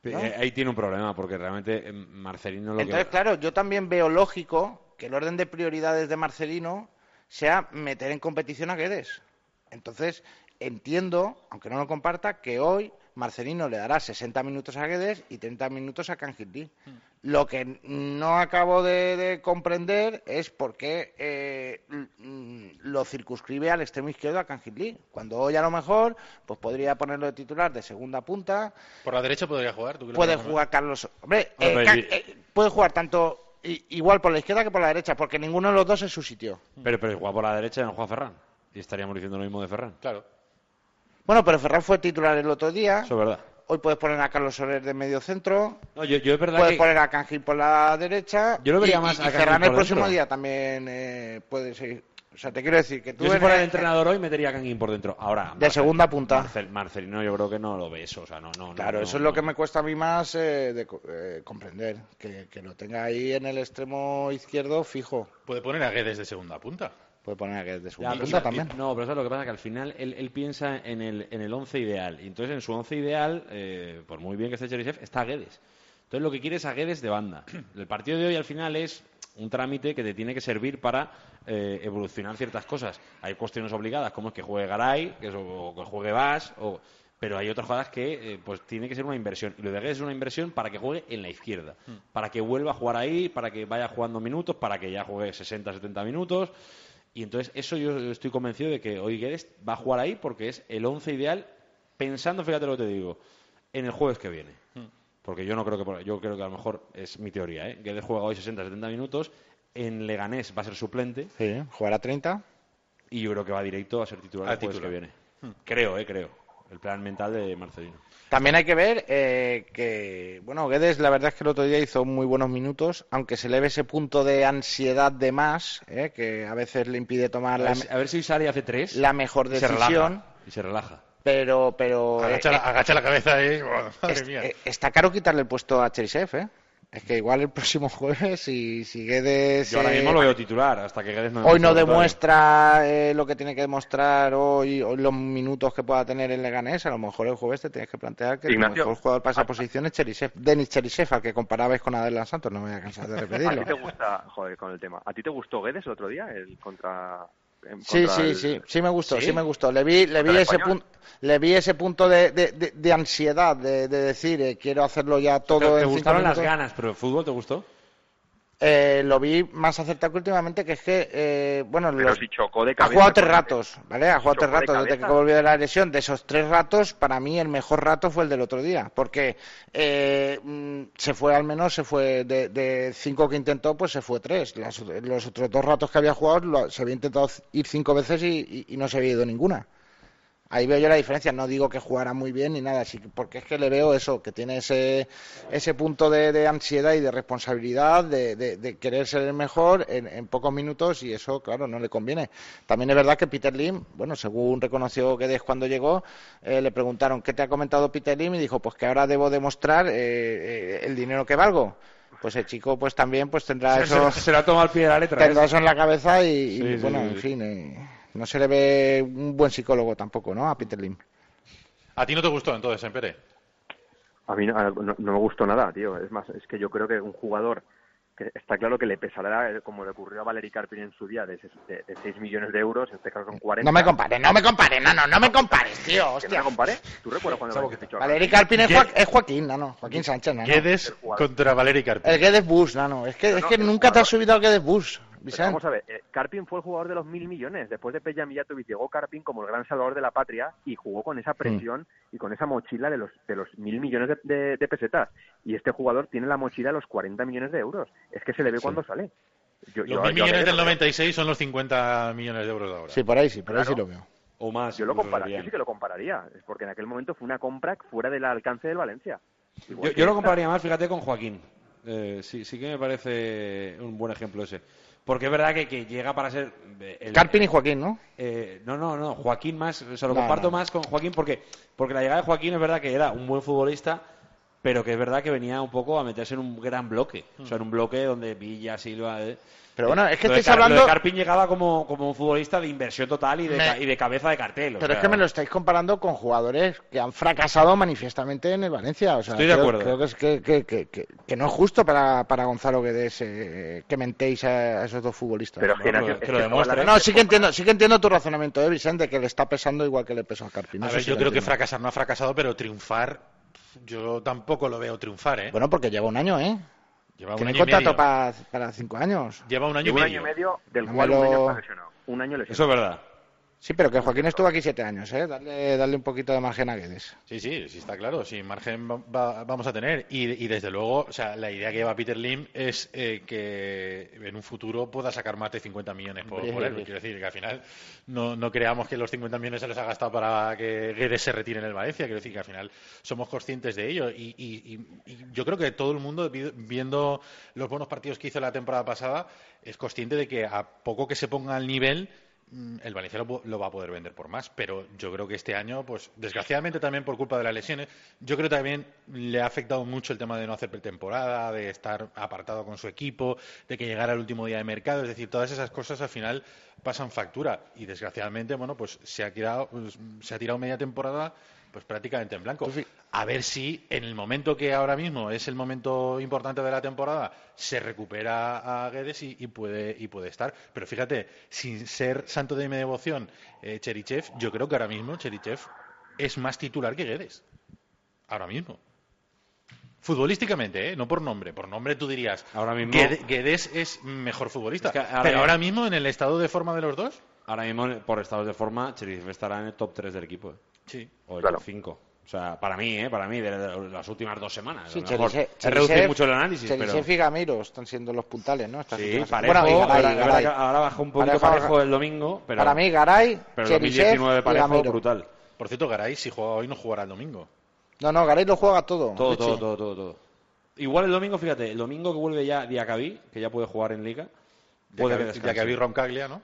[SPEAKER 4] ¿no?
[SPEAKER 3] Eh, ahí tiene un problema, porque realmente eh, Marcelino lo
[SPEAKER 4] Entonces,
[SPEAKER 3] que...
[SPEAKER 4] claro, yo también veo lógico que el orden de prioridades de Marcelino sea meter en competición a Guedes. Entonces, entiendo, aunque no lo comparta, que hoy Marcelino le dará 60 minutos a Guedes y 30 minutos a Canjilí. Lo que no acabo de, de comprender es por qué eh, mm, mm, lo circunscribe al extremo izquierdo a Canjilí, cuando hoy a lo mejor pues podría ponerlo de titular de segunda punta,
[SPEAKER 2] Por la derecha podría jugar, ¿tú crees?
[SPEAKER 4] puede
[SPEAKER 2] No, no.
[SPEAKER 4] jugar Carlos. Hombre,
[SPEAKER 3] Hombre,
[SPEAKER 4] eh,
[SPEAKER 3] pero
[SPEAKER 4] Ca-
[SPEAKER 3] y-
[SPEAKER 4] eh, puede jugar tanto i- igual por la izquierda que por la derecha, porque ninguno de los dos es su sitio.
[SPEAKER 3] Pero, pero juega por la derecha y no juega Ferran. Y estaríamos diciendo lo mismo de Ferran.
[SPEAKER 2] Claro.
[SPEAKER 4] Bueno, pero Ferran fue titular el otro día.
[SPEAKER 3] Eso es verdad.
[SPEAKER 4] Hoy puedes poner a Carlos Soler de medio centro.
[SPEAKER 3] No, yo, yo es verdad
[SPEAKER 4] Puedes
[SPEAKER 3] que...
[SPEAKER 4] poner a Cangil por la derecha.
[SPEAKER 3] Yo lo vería
[SPEAKER 4] y-
[SPEAKER 3] más
[SPEAKER 4] y-
[SPEAKER 3] a
[SPEAKER 4] y
[SPEAKER 3] Cangil
[SPEAKER 4] Ferran el
[SPEAKER 3] por
[SPEAKER 4] próximo
[SPEAKER 3] dentro.
[SPEAKER 4] día también eh, puede ser. O sea, te quiero decir que tú
[SPEAKER 3] Yo si
[SPEAKER 4] eres-
[SPEAKER 3] fuera el entrenador hoy metería a Canguín por dentro. Ahora...
[SPEAKER 4] De segunda punta.
[SPEAKER 3] Marcel- Marcelino yo creo que no lo ve eso, o sea, no... no
[SPEAKER 4] Claro,
[SPEAKER 3] no,
[SPEAKER 4] eso es
[SPEAKER 3] no.
[SPEAKER 4] lo que me cuesta a mí más eh, de co- eh, comprender, que, que lo tenga ahí en el extremo izquierdo fijo.
[SPEAKER 2] Puede poner a Guedes de segunda punta.
[SPEAKER 4] Puede poner a que
[SPEAKER 3] Ya,
[SPEAKER 4] de segunda
[SPEAKER 3] y-
[SPEAKER 4] punta
[SPEAKER 3] y-
[SPEAKER 4] también.
[SPEAKER 3] No, pero eso lo que pasa que al final él, él piensa en el, en el once ideal. Y entonces en su once ideal, eh, por muy bien que esté Cherisev, está Guedes. Entonces lo que quiere es a Guedes de banda. El partido de hoy al final es un trámite que te tiene que servir para eh, evolucionar ciertas cosas. Hay cuestiones obligadas, como es que juegue Garay, que es- o que juegue Vas, o... pero hay otras jugadas que eh, pues tiene que ser una inversión. Y lo de Guedes es una inversión para que juegue en la izquierda, para que vuelva a jugar ahí, para que vaya jugando minutos, para que ya juegue 60, 70 minutos. Y entonces eso yo estoy convencido de que hoy Guedes va a jugar ahí porque es el once ideal, pensando, fíjate lo que te digo, en el jueves que viene.
[SPEAKER 2] Hmm.
[SPEAKER 3] Porque yo no creo que por- yo creo que a lo mejor es mi teoría, ¿eh? Guedes juega hoy 60, 70 minutos, en Leganés va a ser suplente
[SPEAKER 4] Sí, jugará 30.
[SPEAKER 3] y yo creo que va directo a ser titular
[SPEAKER 2] A
[SPEAKER 3] el jueves
[SPEAKER 2] titular. Hmm.
[SPEAKER 3] que viene. Creo, eh, creo. El plan mental de Marcelino.
[SPEAKER 4] También hay que ver eh, que, bueno, Guedes la verdad es que el otro día hizo muy buenos minutos, aunque se le ve ese punto de ansiedad de más, eh, que a veces le impide
[SPEAKER 3] A
[SPEAKER 4] tomar la,
[SPEAKER 3] ver, si- a ver si Isari hace tres
[SPEAKER 4] la mejor
[SPEAKER 3] y se relaja,
[SPEAKER 4] decisión,
[SPEAKER 3] y se relaja.
[SPEAKER 4] pero, pero eh,
[SPEAKER 2] Agacha, la, agacha la cabeza ahí. Buah, madre
[SPEAKER 4] es-
[SPEAKER 2] mía.
[SPEAKER 4] eh, está caro quitarle el puesto a Cherisev, ¿eh? Es que igual el próximo jueves, si, si Guedes
[SPEAKER 3] Yo ahora
[SPEAKER 4] eh,
[SPEAKER 3] mismo lo veo titular hasta que
[SPEAKER 5] Ah,
[SPEAKER 3] Guedes no
[SPEAKER 4] hoy no
[SPEAKER 3] demuestre lo contrario.
[SPEAKER 4] demuestra eh, lo que tiene que demostrar hoy, hoy los minutos que pueda tener el Leganés, a lo mejor el jueves te tienes que plantear que
[SPEAKER 5] Ignacio.
[SPEAKER 4] el mejor jugador para esa posición es Cherisev, Denis Cherisev, al que comparabais con Adela Santos, no me voy a cansar de
[SPEAKER 5] ¿A ti te
[SPEAKER 4] repetirlo.
[SPEAKER 5] gusta, joder, con el tema, ¿a ti te gustó Guedes el otro día? El contra. en-
[SPEAKER 4] Sí,
[SPEAKER 5] contra
[SPEAKER 4] sí,
[SPEAKER 5] el-
[SPEAKER 4] sí, sí me gustó, sí,
[SPEAKER 3] ¿Sí?
[SPEAKER 4] me gustó. Le vi, le vi
[SPEAKER 5] el
[SPEAKER 4] ese
[SPEAKER 5] español?
[SPEAKER 4] punto, le vi ese punto de, de- de- de ansiedad, de, de decir eh, quiero hacerlo ya todo.
[SPEAKER 3] Pero
[SPEAKER 4] en
[SPEAKER 3] te
[SPEAKER 4] cinco
[SPEAKER 3] gustaron las
[SPEAKER 4] minutos.
[SPEAKER 3] ganas, pero el fútbol te gustó.
[SPEAKER 4] Eh, lo vi más acertado que últimamente, que es que, eh, bueno,
[SPEAKER 5] Pero
[SPEAKER 4] los-
[SPEAKER 5] si chocó de
[SPEAKER 4] ha
[SPEAKER 5] cabeza.
[SPEAKER 4] jugado tres
[SPEAKER 5] con-
[SPEAKER 4] ratos, ¿vale? Ha jugado
[SPEAKER 5] Chocó
[SPEAKER 4] tres
[SPEAKER 5] de
[SPEAKER 4] ratos desde que
[SPEAKER 5] cabeza.
[SPEAKER 4] volvió de la lesión. De esos tres ratos, para mí el mejor rato fue el del otro día, porque eh, mm, se fue al menos, se fue de, de cinco que intentó, pues se fue tres. Las- los otros dos ratos que había jugado lo- se había intentado ir cinco veces y, y- y no se había ido ninguna. Ahí veo yo la diferencia. No digo que jugara muy bien ni nada, sí, porque es que le veo eso, que tiene ese, ese punto de, de ansiedad y de responsabilidad, de, de- de querer ser el mejor en, en pocos minutos y eso, claro, no le conviene. También es verdad que Peter Lim, bueno, según reconoció Guedes cuando llegó, eh, le preguntaron, ¿qué te ha comentado Peter Lim? Y dijo, pues que ahora debo demostrar eh, eh, el dinero que valgo. Pues el chico, pues también, pues tendrá eso
[SPEAKER 3] Se lo ha tomado al pie de la letra. ¿eh?
[SPEAKER 4] tendrá eso en la cabeza y, y,
[SPEAKER 3] Sí, sí,
[SPEAKER 4] bueno,
[SPEAKER 3] sí,
[SPEAKER 4] en
[SPEAKER 3] sí.
[SPEAKER 4] fin, eh, no se le ve un buen psicólogo tampoco, ¿no? A Peter Lim.
[SPEAKER 2] A ti no te gustó entonces, Empere.
[SPEAKER 5] A mí no, a- no- no me gustó nada, tío. Es más, es que yo creo que un jugador que está claro que le pesará, eh, como le ocurrió a Valery Carpini en su día, de, ses- de, 6 millones de euros, en este caso son 40.
[SPEAKER 4] No me compares, no me compares, no, no, no me compares, tío,
[SPEAKER 5] ¿Que no
[SPEAKER 4] hostia.
[SPEAKER 5] me compare? ¿Tú recuerdas cuando Valery fichó a
[SPEAKER 4] Valery Carpin es,
[SPEAKER 2] Gue-
[SPEAKER 4] Joa- es Joaquín, no, no, Joaquín Sánchez, no, no.
[SPEAKER 2] Guedes contra Valeri Carpi.
[SPEAKER 4] El Guedes Bus, no, no, es que, es
[SPEAKER 5] no,
[SPEAKER 4] que
[SPEAKER 5] el
[SPEAKER 4] nunca te has
[SPEAKER 5] jugador.
[SPEAKER 4] subido al Guedes Bus,
[SPEAKER 5] Pero
[SPEAKER 4] Vicente.
[SPEAKER 5] vamos a ver, eh, Carpin fue el jugador de los mil millones. Después de Peja Mijatovic llegó Carpin como el gran salvador de la patria y jugó con esa presión y con esa mochila de los, de los mil millones de, de- de pesetas. Y este jugador tiene la mochila de los 40 millones de euros. Es que se le ve cuando sale. Yo-
[SPEAKER 2] Los mil
[SPEAKER 5] yo- yo a
[SPEAKER 2] millones
[SPEAKER 5] Guedes
[SPEAKER 2] del
[SPEAKER 5] lo veo-
[SPEAKER 2] 96 son los 50 millones de euros de ahora.
[SPEAKER 4] Sí, por ahí sí, por ahí sí lo
[SPEAKER 5] Claro.
[SPEAKER 4] veo.
[SPEAKER 3] O más.
[SPEAKER 5] Eh, Yo lo
[SPEAKER 3] incluso
[SPEAKER 5] compararía,
[SPEAKER 3] serían.
[SPEAKER 5] yo sí que lo compararía, es porque en aquel momento fue una compra fuera del alcance del Valencia.
[SPEAKER 3] Yo, yo lo compararía más, fíjate, con Joaquín. Eh, sí, sí que me parece un buen ejemplo ese. Porque es verdad que, que llega para ser... eh, el-
[SPEAKER 4] Carpin y Joaquín, ¿no?
[SPEAKER 3] eh, no, no, no, Joaquín más, o sea, lo
[SPEAKER 4] No,
[SPEAKER 3] comparto
[SPEAKER 4] no.
[SPEAKER 3] más con Joaquín porque, porque la llegada de Joaquín es verdad que era un buen futbolista, pero que es verdad que venía un poco a meterse en un gran bloque, o sea, en un bloque donde Villa, Silva... eh.
[SPEAKER 4] Pero bueno, es que
[SPEAKER 3] Lo de
[SPEAKER 4] estáis
[SPEAKER 3] Car- lo de
[SPEAKER 4] hablando-
[SPEAKER 3] Carpin llegaba como, como un futbolista de inversión total y de,
[SPEAKER 4] Me-
[SPEAKER 3] ca- y de cabeza de cartel. o
[SPEAKER 4] Pero es
[SPEAKER 3] sea,
[SPEAKER 4] que me lo estáis comparando con jugadores que han fracasado manifiestamente en el Valencia. O sea,
[SPEAKER 3] Estoy de
[SPEAKER 4] creo-
[SPEAKER 3] acuerdo.
[SPEAKER 4] Creo que, es que, que, que, que, que no es justo para, para Gonzalo Guedes eh, que mentéis a, a esos dos futbolistas.
[SPEAKER 5] Pero es que,
[SPEAKER 3] Bueno,
[SPEAKER 5] Ignacio,
[SPEAKER 3] que
[SPEAKER 5] es
[SPEAKER 3] lo
[SPEAKER 5] que
[SPEAKER 3] demuestre.
[SPEAKER 5] toda la-
[SPEAKER 4] no, sí que, entiendo, sí que entiendo tu razonamiento, eh, Vicente, que le está pesando igual que le pesó a Carpin.
[SPEAKER 2] A
[SPEAKER 4] Eso
[SPEAKER 2] ver,
[SPEAKER 4] sí
[SPEAKER 2] yo
[SPEAKER 4] lo
[SPEAKER 2] creo que
[SPEAKER 4] entiendo.
[SPEAKER 2] fracasar no ha fracasado, pero triunfar, yo tampoco lo veo triunfar, ¿eh?
[SPEAKER 4] Bueno, porque lleva un año, ¿eh?
[SPEAKER 2] lleva, un año
[SPEAKER 4] Tiene
[SPEAKER 2] y medio,
[SPEAKER 4] contrato para, para cinco años.
[SPEAKER 2] lleva un año y
[SPEAKER 5] un año
[SPEAKER 2] medio.
[SPEAKER 5] y medio, del
[SPEAKER 4] No
[SPEAKER 5] cual
[SPEAKER 4] me
[SPEAKER 5] un año
[SPEAKER 4] lo-
[SPEAKER 5] está lesionado. Un año
[SPEAKER 3] Eso
[SPEAKER 5] lesionado.
[SPEAKER 3] es verdad.
[SPEAKER 4] Sí, pero que Joaquín estuvo aquí siete años, ¿eh? Darle, darle un poquito de margen a Guedes.
[SPEAKER 2] Sí, sí, sí, está claro. Sí, margen va- va- vamos a tener. Y, y desde luego, o sea, la idea que lleva Peter Lim es eh, que en un futuro pueda sacar más de 50 millones por, por él. Quiero decir que al final no, no creamos que los 50 millones se los ha gastado para que Guedes se retire en el Valencia. Quiero decir que al final somos conscientes de ello. Y, y- y- y yo creo que todo el mundo, vi- viendo los buenos partidos que hizo la temporada pasada, es consciente de que a poco que se ponga al nivel mm, el Valencia lo, po- lo va a poder vender por más, pero yo creo que este año, pues desgraciadamente también por culpa de las lesiones, yo creo que también le ha afectado mucho el tema de no hacer pretemporada, de estar apartado con su equipo, de que llegara el último día de mercado, es decir, todas esas cosas al final pasan factura y desgraciadamente, bueno, pues se ha tirado, pues, se ha tirado media temporada pues prácticamente en blanco. A ver si en el momento que ahora mismo es el momento importante de la temporada, se recupera a Guedes y, y puede, y puede estar. Pero fíjate, sin ser santo de mi devoción, eh, Cherichev, yo creo que ahora mismo Cherichev es más titular que Guedes. Ahora mismo. Futbolísticamente, ¿eh? no por nombre. Por nombre tú dirías,
[SPEAKER 3] Ahora mismo-
[SPEAKER 2] Guede- Guedes es mejor futbolista.
[SPEAKER 3] Es que ahora
[SPEAKER 2] pero
[SPEAKER 3] ya-
[SPEAKER 2] ahora mismo, en el estado de forma de los dos,
[SPEAKER 3] Ahora mismo, por estados de forma, Cherisev estará en el top 3 del equipo. ¿eh?
[SPEAKER 2] sí.
[SPEAKER 3] O el
[SPEAKER 5] Claro.
[SPEAKER 3] top 5. O sea, para mí, ¿eh? Para mí, de, de las últimas dos semanas.
[SPEAKER 4] Sí,
[SPEAKER 3] a lo mejor.
[SPEAKER 4] Cherisev-
[SPEAKER 3] He reducido
[SPEAKER 4] Cherisev-
[SPEAKER 3] mucho el análisis,
[SPEAKER 4] Cherisev
[SPEAKER 3] pero...
[SPEAKER 4] y Gamiro están siendo los puntales, ¿no? Estas
[SPEAKER 3] Sí,
[SPEAKER 4] últimas-
[SPEAKER 3] parejo.
[SPEAKER 4] bueno, y Garay,
[SPEAKER 3] ahora, ahora-
[SPEAKER 4] Garay.
[SPEAKER 3] ahora baja un poquito
[SPEAKER 4] Parejo,
[SPEAKER 3] parejo
[SPEAKER 4] baja-
[SPEAKER 3] el domingo, pero...
[SPEAKER 4] Para mí, Garay,
[SPEAKER 3] Pero el
[SPEAKER 4] Cherisev
[SPEAKER 3] 2019
[SPEAKER 4] y
[SPEAKER 3] parejo,
[SPEAKER 4] Gamiro.
[SPEAKER 3] brutal.
[SPEAKER 2] Por cierto, Garay, si juega hoy, no jugará el domingo.
[SPEAKER 4] No, no, Garay lo juega todo.
[SPEAKER 3] Todo,
[SPEAKER 4] Richie.
[SPEAKER 3] todo, todo, todo, todo. Igual el domingo, fíjate, el domingo que vuelve ya Diacabí, que ya puede jugar en Liga, puede que
[SPEAKER 2] ya que, ya
[SPEAKER 3] descanse.
[SPEAKER 2] que habéis Roncaglia, ¿no?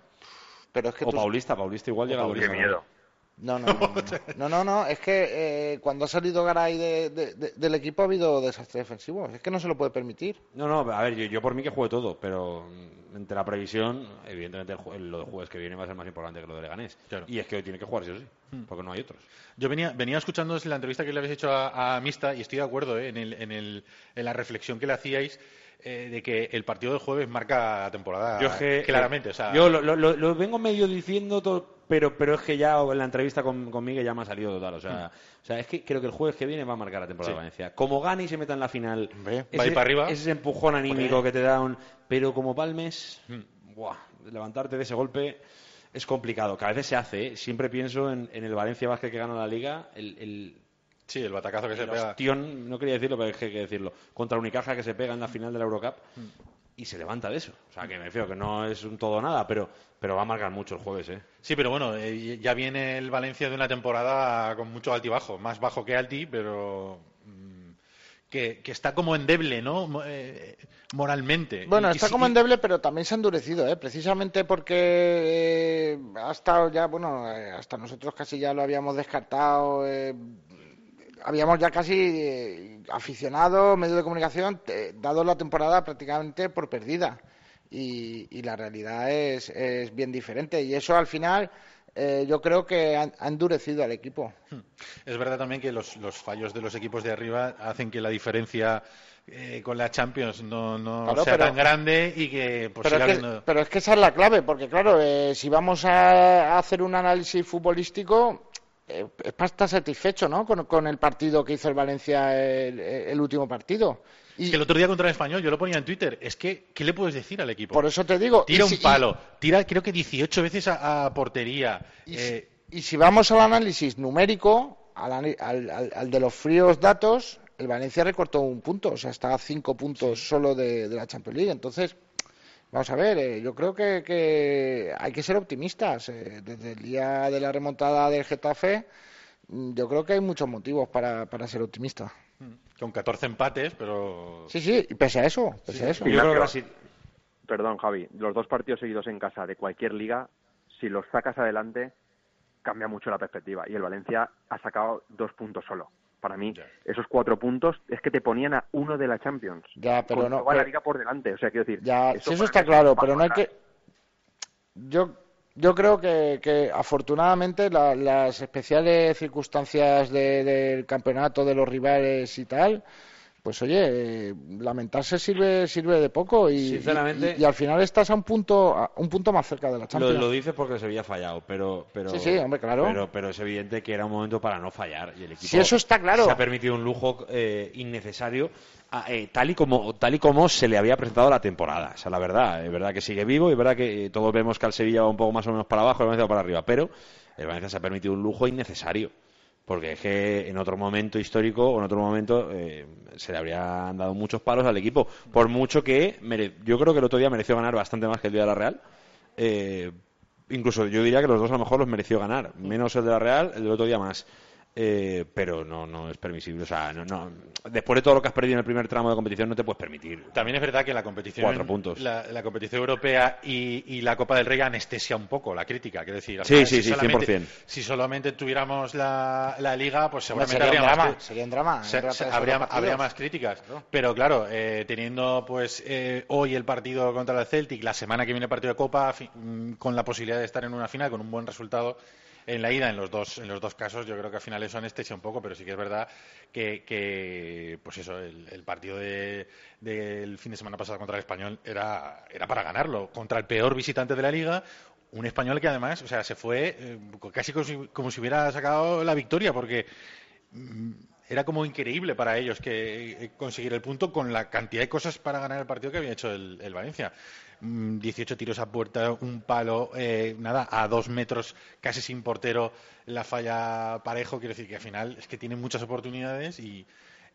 [SPEAKER 4] Pero es que
[SPEAKER 3] O
[SPEAKER 4] tú-
[SPEAKER 3] Paulista, Paulista igual llega el
[SPEAKER 5] Qué
[SPEAKER 3] domingo.
[SPEAKER 5] miedo.
[SPEAKER 4] No, no, no, no. No, no, no, Es que eh, cuando ha salido Garay de- de- de- del equipo ha habido desastre defensivo. Es que no se lo puede permitir.
[SPEAKER 3] No, no, a ver, yo, yo por mí que juegue todo, pero mm, entre la previsión, evidentemente el ju- el- lo de jueves que viene va a ser más importante que lo de Leganés.
[SPEAKER 2] Claro.
[SPEAKER 3] Y es que hoy tiene que jugar, sí o sí, porque no hay otros.
[SPEAKER 2] Yo venía, venía escuchando la entrevista que le habéis hecho a, a Mista y estoy de acuerdo ¿eh? en, el- en el- en la reflexión que le hacíais eh, de que el partido de jueves marca la temporada
[SPEAKER 3] Yo es que-
[SPEAKER 2] Ah, claramente. o sea,
[SPEAKER 3] Yo lo, lo- lo- lo vengo medio diciendo, todo, pero, pero es que ya en la entrevista con, con Miguel ya me ha salido total. O sea, o sea, es que creo que el jueves que viene va a marcar la temporada
[SPEAKER 2] Mm. Sí.
[SPEAKER 3] de Valencia. Como gane y se meta en la final,
[SPEAKER 4] Hombre, va
[SPEAKER 2] a ir para arriba.
[SPEAKER 3] ese empujón anímico que te da un... Pero como palmes,
[SPEAKER 2] Mm.
[SPEAKER 3] buah, levantarte de ese golpe es complicado, que a veces se hace. ¿eh? Siempre pienso en, en el Valencia Vázquez que gana la Liga, el... el
[SPEAKER 2] sí, el batacazo que se
[SPEAKER 3] el
[SPEAKER 2] pega.
[SPEAKER 3] hostión, no quería decirlo, pero es que hay que decirlo, contra Unicaja que se pega en la final de la Eurocup
[SPEAKER 4] Mm.
[SPEAKER 3] y se levanta de eso. O sea, que me refiero que no es un todo o nada, pero, pero va a marcar mucho el jueves, ¿eh?
[SPEAKER 2] Sí, pero bueno, eh, ya viene el Valencia de una temporada con mucho altibajo, más bajo que alti, pero mm, que, que está como endeble, ¿no? Mo- eh, moralmente.
[SPEAKER 4] Bueno,
[SPEAKER 2] Eh, Y- y
[SPEAKER 4] está
[SPEAKER 2] sí-
[SPEAKER 4] como
[SPEAKER 2] y-
[SPEAKER 4] endeble, pero también se ha endurecido, ¿eh? precisamente porque eh, ha estado ya, bueno, eh, hasta nosotros casi ya lo habíamos descartado. eh, habíamos ya casi eh, aficionado, medio de comunicación, eh, dado la temporada prácticamente por perdida. Y, y la realidad es, es bien diferente. Y eso al final eh, yo creo que ha, ha endurecido al equipo.
[SPEAKER 2] Es verdad también que los, los fallos de los equipos de arriba hacen que la diferencia eh, con la Champions no, no
[SPEAKER 4] Claro,
[SPEAKER 2] sea
[SPEAKER 4] pero-
[SPEAKER 2] tan grande y que pues por
[SPEAKER 4] Pero es, que, pero es que esa es la clave, porque claro, eh, si vamos a, a hacer un análisis futbolístico, eh, es para estar satisfecho, ¿no? Con, con el partido que hizo el Valencia el, el último partido. Y
[SPEAKER 2] el otro día contra el español, yo lo ponía en Twitter, es que, ¿qué le puedes decir al equipo?
[SPEAKER 4] por eso te digo. y
[SPEAKER 2] tira
[SPEAKER 4] si-
[SPEAKER 2] un palo, tira creo que 18 veces a, a portería.
[SPEAKER 4] Y, y
[SPEAKER 2] eh,
[SPEAKER 4] si, y si vamos al análisis numérico, al, ani- al- al- al de los fríos datos, el Valencia recortó un punto, o sea, está a cinco puntos solo de, de la Champions League. Entonces, vamos a ver, eh, yo creo que, que hay que ser optimistas. eh, desde el día de la remontada del Getafe, mm, yo creo que hay muchos motivos para, para ser optimista.
[SPEAKER 2] con 14 empates, pero...
[SPEAKER 4] Sí, sí, y pese a eso, pese a eso.
[SPEAKER 3] Yo creo que la
[SPEAKER 5] Ignacio.
[SPEAKER 3] sit-
[SPEAKER 5] Perdón, Javi. Los dos partidos seguidos en casa de cualquier liga, si los sacas adelante, cambia mucho la perspectiva. Y el Valencia ha sacado dos puntos solo. Para mí, esos cuatro puntos es que te ponían a uno de la Champions.
[SPEAKER 4] Ya, pero
[SPEAKER 5] Con
[SPEAKER 4] no,
[SPEAKER 5] toda la
[SPEAKER 4] pero-
[SPEAKER 5] liga por delante. O sea, quiero decir.
[SPEAKER 4] Ya, sí, eso
[SPEAKER 5] para
[SPEAKER 4] está
[SPEAKER 5] mí es
[SPEAKER 4] claro,
[SPEAKER 5] un
[SPEAKER 4] pero no hay
[SPEAKER 5] panorama.
[SPEAKER 4] que. Yo, yo creo que, que afortunadamente la- las especiales circunstancias de- del campeonato, de los rivales y tal, pues oye, eh, lamentarse sirve sirve de poco y,
[SPEAKER 3] Sinceramente-
[SPEAKER 4] y, y al final estás a un punto a un punto más cerca de
[SPEAKER 3] Lo,
[SPEAKER 4] la Champions.
[SPEAKER 3] lo dices porque se había fallado, pero, pero,
[SPEAKER 4] Sí, sí, hombre, claro.
[SPEAKER 3] pero, pero es evidente que era un momento para no fallar. Y el equipo
[SPEAKER 4] Sí, eso está claro.
[SPEAKER 3] Se ha permitido un lujo eh, innecesario, a- eh, tal, y como, tal y como se le había presentado la temporada. O sea, la verdad, es verdad que sigue vivo, es verdad que eh, todos vemos que al Sevilla va un poco más o menos para abajo, el Valencia va para arriba, pero el Valencia se ha permitido un lujo innecesario. Porque es que en otro momento histórico o en otro momento eh, se le habrían dado muchos palos al equipo. Por mucho que mere- yo creo que el otro día mereció ganar bastante más que el día de la Real. Eh, incluso yo diría que los dos a lo mejor los mereció ganar. Menos el de la Real, el del otro día más. Eh, pero no, no es permisible. O sea, no, no. después de todo lo que has perdido en el primer tramo de competición, no te puedes permitir.
[SPEAKER 2] También es verdad que la competición,
[SPEAKER 3] Cuatro puntos.
[SPEAKER 2] La, la competición europea y, y la Copa del Rey anestesia un poco la crítica. Quiero decir, al
[SPEAKER 3] Sí,
[SPEAKER 2] final,
[SPEAKER 3] sí, sí,
[SPEAKER 2] solamente-
[SPEAKER 3] 100%.
[SPEAKER 2] Si solamente tuviéramos la, la Liga, pues
[SPEAKER 4] Hombre,
[SPEAKER 2] seguramente
[SPEAKER 4] sería, un
[SPEAKER 2] habría más,
[SPEAKER 4] drama,
[SPEAKER 2] cri-
[SPEAKER 4] sería un drama.
[SPEAKER 2] se-
[SPEAKER 4] entrar
[SPEAKER 2] se-
[SPEAKER 4] tres o
[SPEAKER 2] habría,
[SPEAKER 4] dos partidos.
[SPEAKER 2] habría más críticas. Pero claro, eh, teniendo pues eh, hoy el partido contra el Celtic, la semana que viene el partido de Copa, fi- mm, con la posibilidad de estar en una final con un buen resultado, en la ida en los dos en los dos casos yo creo que al final eso anestesia este, un poco pero sí que es verdad que, que, pues eso el, el partido de- del fin de semana pasado contra el español era era para ganarlo contra el peor visitante de la liga un español que además o sea se fue eh, casi como si- como si hubiera sacado la victoria porque era como increíble para ellos que eh, conseguir el punto con la cantidad de cosas para ganar el partido que había hecho el, el Valencia. Mm, 18 tiros a puerta, un palo, eh, nada, a dos metros, casi sin portero, la falla parejo. Quiero decir que al final es que tiene muchas oportunidades y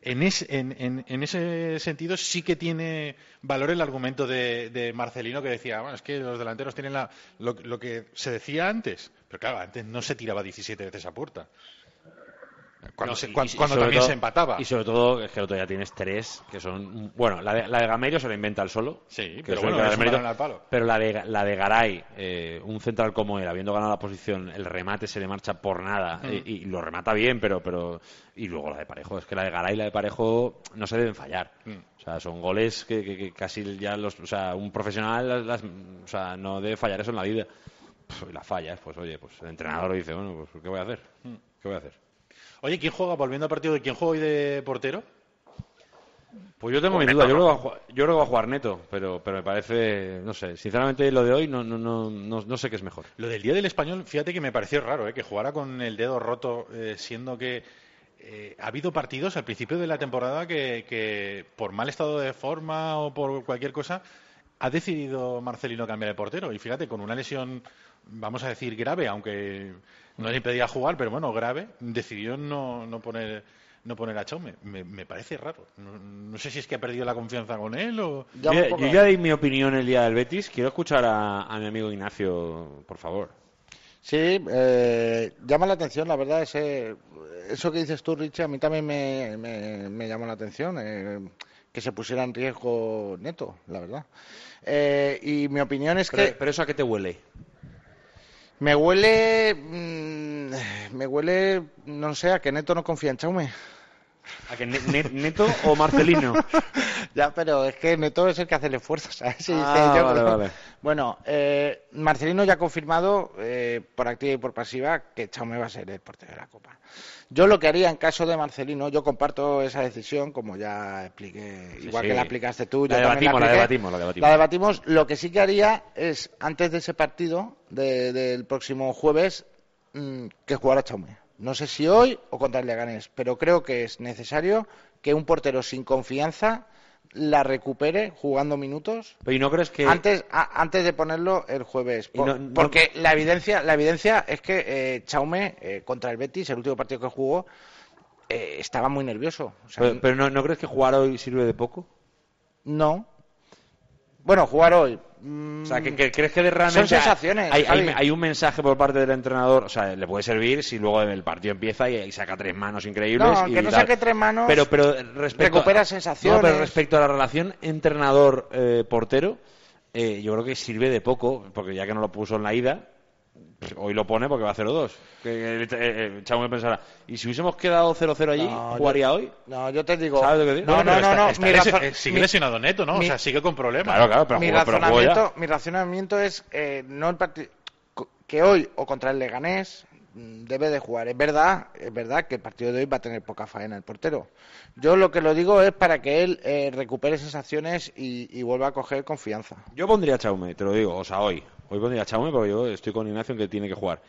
[SPEAKER 2] en, es- en- en- en ese sentido sí que tiene valor el argumento de, de Marcelino que decía, bueno, es que los delanteros tienen la- lo, lo que se decía antes. Pero claro, antes no se tiraba 17 veces a puerta. Cuando,
[SPEAKER 3] No,
[SPEAKER 2] se-
[SPEAKER 3] y-
[SPEAKER 2] cuan-
[SPEAKER 3] y
[SPEAKER 2] cuando
[SPEAKER 3] sobre
[SPEAKER 2] también
[SPEAKER 3] todo-
[SPEAKER 2] se empataba.
[SPEAKER 3] Y sobre todo, es que el otro día tienes tres que son. Bueno, la de, la de Gameiro se la inventa al solo.
[SPEAKER 2] Sí,
[SPEAKER 3] que
[SPEAKER 2] pero
[SPEAKER 3] eso
[SPEAKER 2] bueno,
[SPEAKER 3] hay que
[SPEAKER 2] le
[SPEAKER 3] darle mérito.
[SPEAKER 2] sumaron al palo.
[SPEAKER 3] Pero la de, la de Garay, eh, un central como él, habiendo ganado la posición, el remate se le marcha por nada.
[SPEAKER 2] Mm.
[SPEAKER 3] eh, Y, lo remata bien, pero, pero. Y luego la de Parejo. Es que la de Garay y la de Parejo no se deben fallar.
[SPEAKER 2] Mm.
[SPEAKER 3] O sea, son goles que, que- que casi ya los. O sea, un profesional las- las- o sea, no debe fallar eso en la vida. Pf, y las fallas, pues oye, pues el entrenador dice, bueno, pues ¿qué voy a hacer?
[SPEAKER 2] Mm.
[SPEAKER 3] ¿Qué voy a hacer?
[SPEAKER 2] Oye, ¿quién juega? Volviendo al partido, de ¿quién juega hoy de portero?
[SPEAKER 3] Pues yo tengo mi duda. Yo creo, que va a jugar, yo creo que va a jugar Neto, pero, pero me parece, no sé, sinceramente lo de hoy no, no, no, no, no sé qué es mejor.
[SPEAKER 2] Lo del día del español, fíjate que me pareció raro, ¿eh? que jugara con el dedo roto, eh, siendo que eh, ha habido partidos al principio de la temporada que, que por mal estado de forma o por cualquier cosa ha decidido Marcelino cambiar de portero. Y fíjate, con una lesión, vamos a decir grave, aunque no le impedía jugar, pero bueno, grave, decidió no, no poner no poner a Chaume. Me, me parece raro. No, no sé si es que ha perdido la confianza con él o...
[SPEAKER 3] Yo,
[SPEAKER 4] Ya un
[SPEAKER 3] ya-
[SPEAKER 4] poco-
[SPEAKER 3] yo ya di mi opinión el día del Betis. Quiero escuchar a, a mi amigo Ignacio, por favor.
[SPEAKER 4] Sí, eh, llama la atención, la verdad, ese, eso que dices tú, Richie, a mí también me, me, me llamó la atención, eh, que se pusiera en riesgo neto, la verdad. Eh, y mi opinión es que...
[SPEAKER 3] Pero, pero eso a qué te huele.
[SPEAKER 4] Me huele. mm, me huele. No sé, a que Neto no confía en Chaume.
[SPEAKER 3] ¿A que Ne- Ne- Neto o Marcelino?
[SPEAKER 4] Ya, pero es que Neto es el que hace el esfuerzo, ¿sabes? Y dice,
[SPEAKER 3] Ah,
[SPEAKER 4] yo-
[SPEAKER 3] vale, vale.
[SPEAKER 4] Bueno, eh, Marcelino ya ha confirmado, eh, por activa y por pasiva, que Chaume va a ser el portero de la Copa. Yo lo que haría en caso de Marcelino, yo comparto esa decisión, como ya expliqué,
[SPEAKER 3] Sí,
[SPEAKER 4] igual
[SPEAKER 3] sí.
[SPEAKER 4] que la aplicaste tú.
[SPEAKER 3] La
[SPEAKER 4] yo también
[SPEAKER 3] debatimos, la
[SPEAKER 4] apliqué.
[SPEAKER 3] debatimos, la debatimos.
[SPEAKER 4] La debatimos. Lo que sí que haría es, antes de ese partido, de- del próximo jueves, mm, que jugara Chaume. No sé si hoy o contra el Leganés, pero creo que es necesario que un portero sin confianza la recupere jugando minutos
[SPEAKER 3] Pero ¿y no crees que
[SPEAKER 4] antes, a- antes de ponerlo el jueves.
[SPEAKER 3] Y
[SPEAKER 4] Por-
[SPEAKER 3] no- no-
[SPEAKER 4] Porque la evidencia, la evidencia es que eh, Chaume eh, contra el Betis, el último partido que jugó, eh, estaba muy nervioso. O sea,
[SPEAKER 3] pero, pero no, no crees que jugar hoy sirve de poco?
[SPEAKER 4] no. Bueno, jugar hoy. mm,
[SPEAKER 3] O sea, que, que- crees que de- realmente
[SPEAKER 4] Son sensaciones,
[SPEAKER 3] Hay, hay-
[SPEAKER 4] Javi.
[SPEAKER 3] hay un mensaje por parte del entrenador, o sea, le puede servir si luego el partido empieza y, y saca tres manos increíbles.
[SPEAKER 4] No,
[SPEAKER 3] y
[SPEAKER 4] que no
[SPEAKER 3] tal.
[SPEAKER 4] saque tres manos,
[SPEAKER 3] Pero, pero respecto
[SPEAKER 4] recupera
[SPEAKER 3] a,
[SPEAKER 4] sensaciones.
[SPEAKER 3] No, pero respecto a la relación entrenador eh, portero, eh, yo creo que sirve de poco porque ya que no lo puso en la ida. pues, Hoy lo pone porque va a 0-2. Que el- eh, eh, Chavo me pensará, ¿y si hubiésemos quedado 0-0 allí,
[SPEAKER 4] No, yo-
[SPEAKER 3] Mm, jugaría hoy?
[SPEAKER 4] No, yo te digo.
[SPEAKER 3] ¿Sabes lo que digo?
[SPEAKER 4] No,
[SPEAKER 3] Bueno,
[SPEAKER 4] no,
[SPEAKER 3] pero
[SPEAKER 4] no,
[SPEAKER 3] está-
[SPEAKER 4] no.
[SPEAKER 2] Está
[SPEAKER 4] mi
[SPEAKER 2] lesi-
[SPEAKER 4] razón-
[SPEAKER 2] eh, sigue
[SPEAKER 4] mi-
[SPEAKER 2] lesionado neto, ¿no?
[SPEAKER 4] mi-
[SPEAKER 2] o sea, sigue con problemas.
[SPEAKER 3] Claro, claro, pero
[SPEAKER 4] mi
[SPEAKER 3] jugó- pero jugó ya.
[SPEAKER 4] razonamiento, mi razonamiento es eh, no el parti- co- que hoy o contra el Leganés mm, debe de jugar. Es verdad, es verdad que el partido de hoy va a tener poca faena el portero. Yo lo que lo digo es para que él eh, recupere sensaciones y, y vuelva a coger confianza.
[SPEAKER 3] Yo pondría a Chaume, te lo digo, o sea, hoy. Hoy pondría a Chaume porque yo estoy con Ignacio en que tiene que jugar.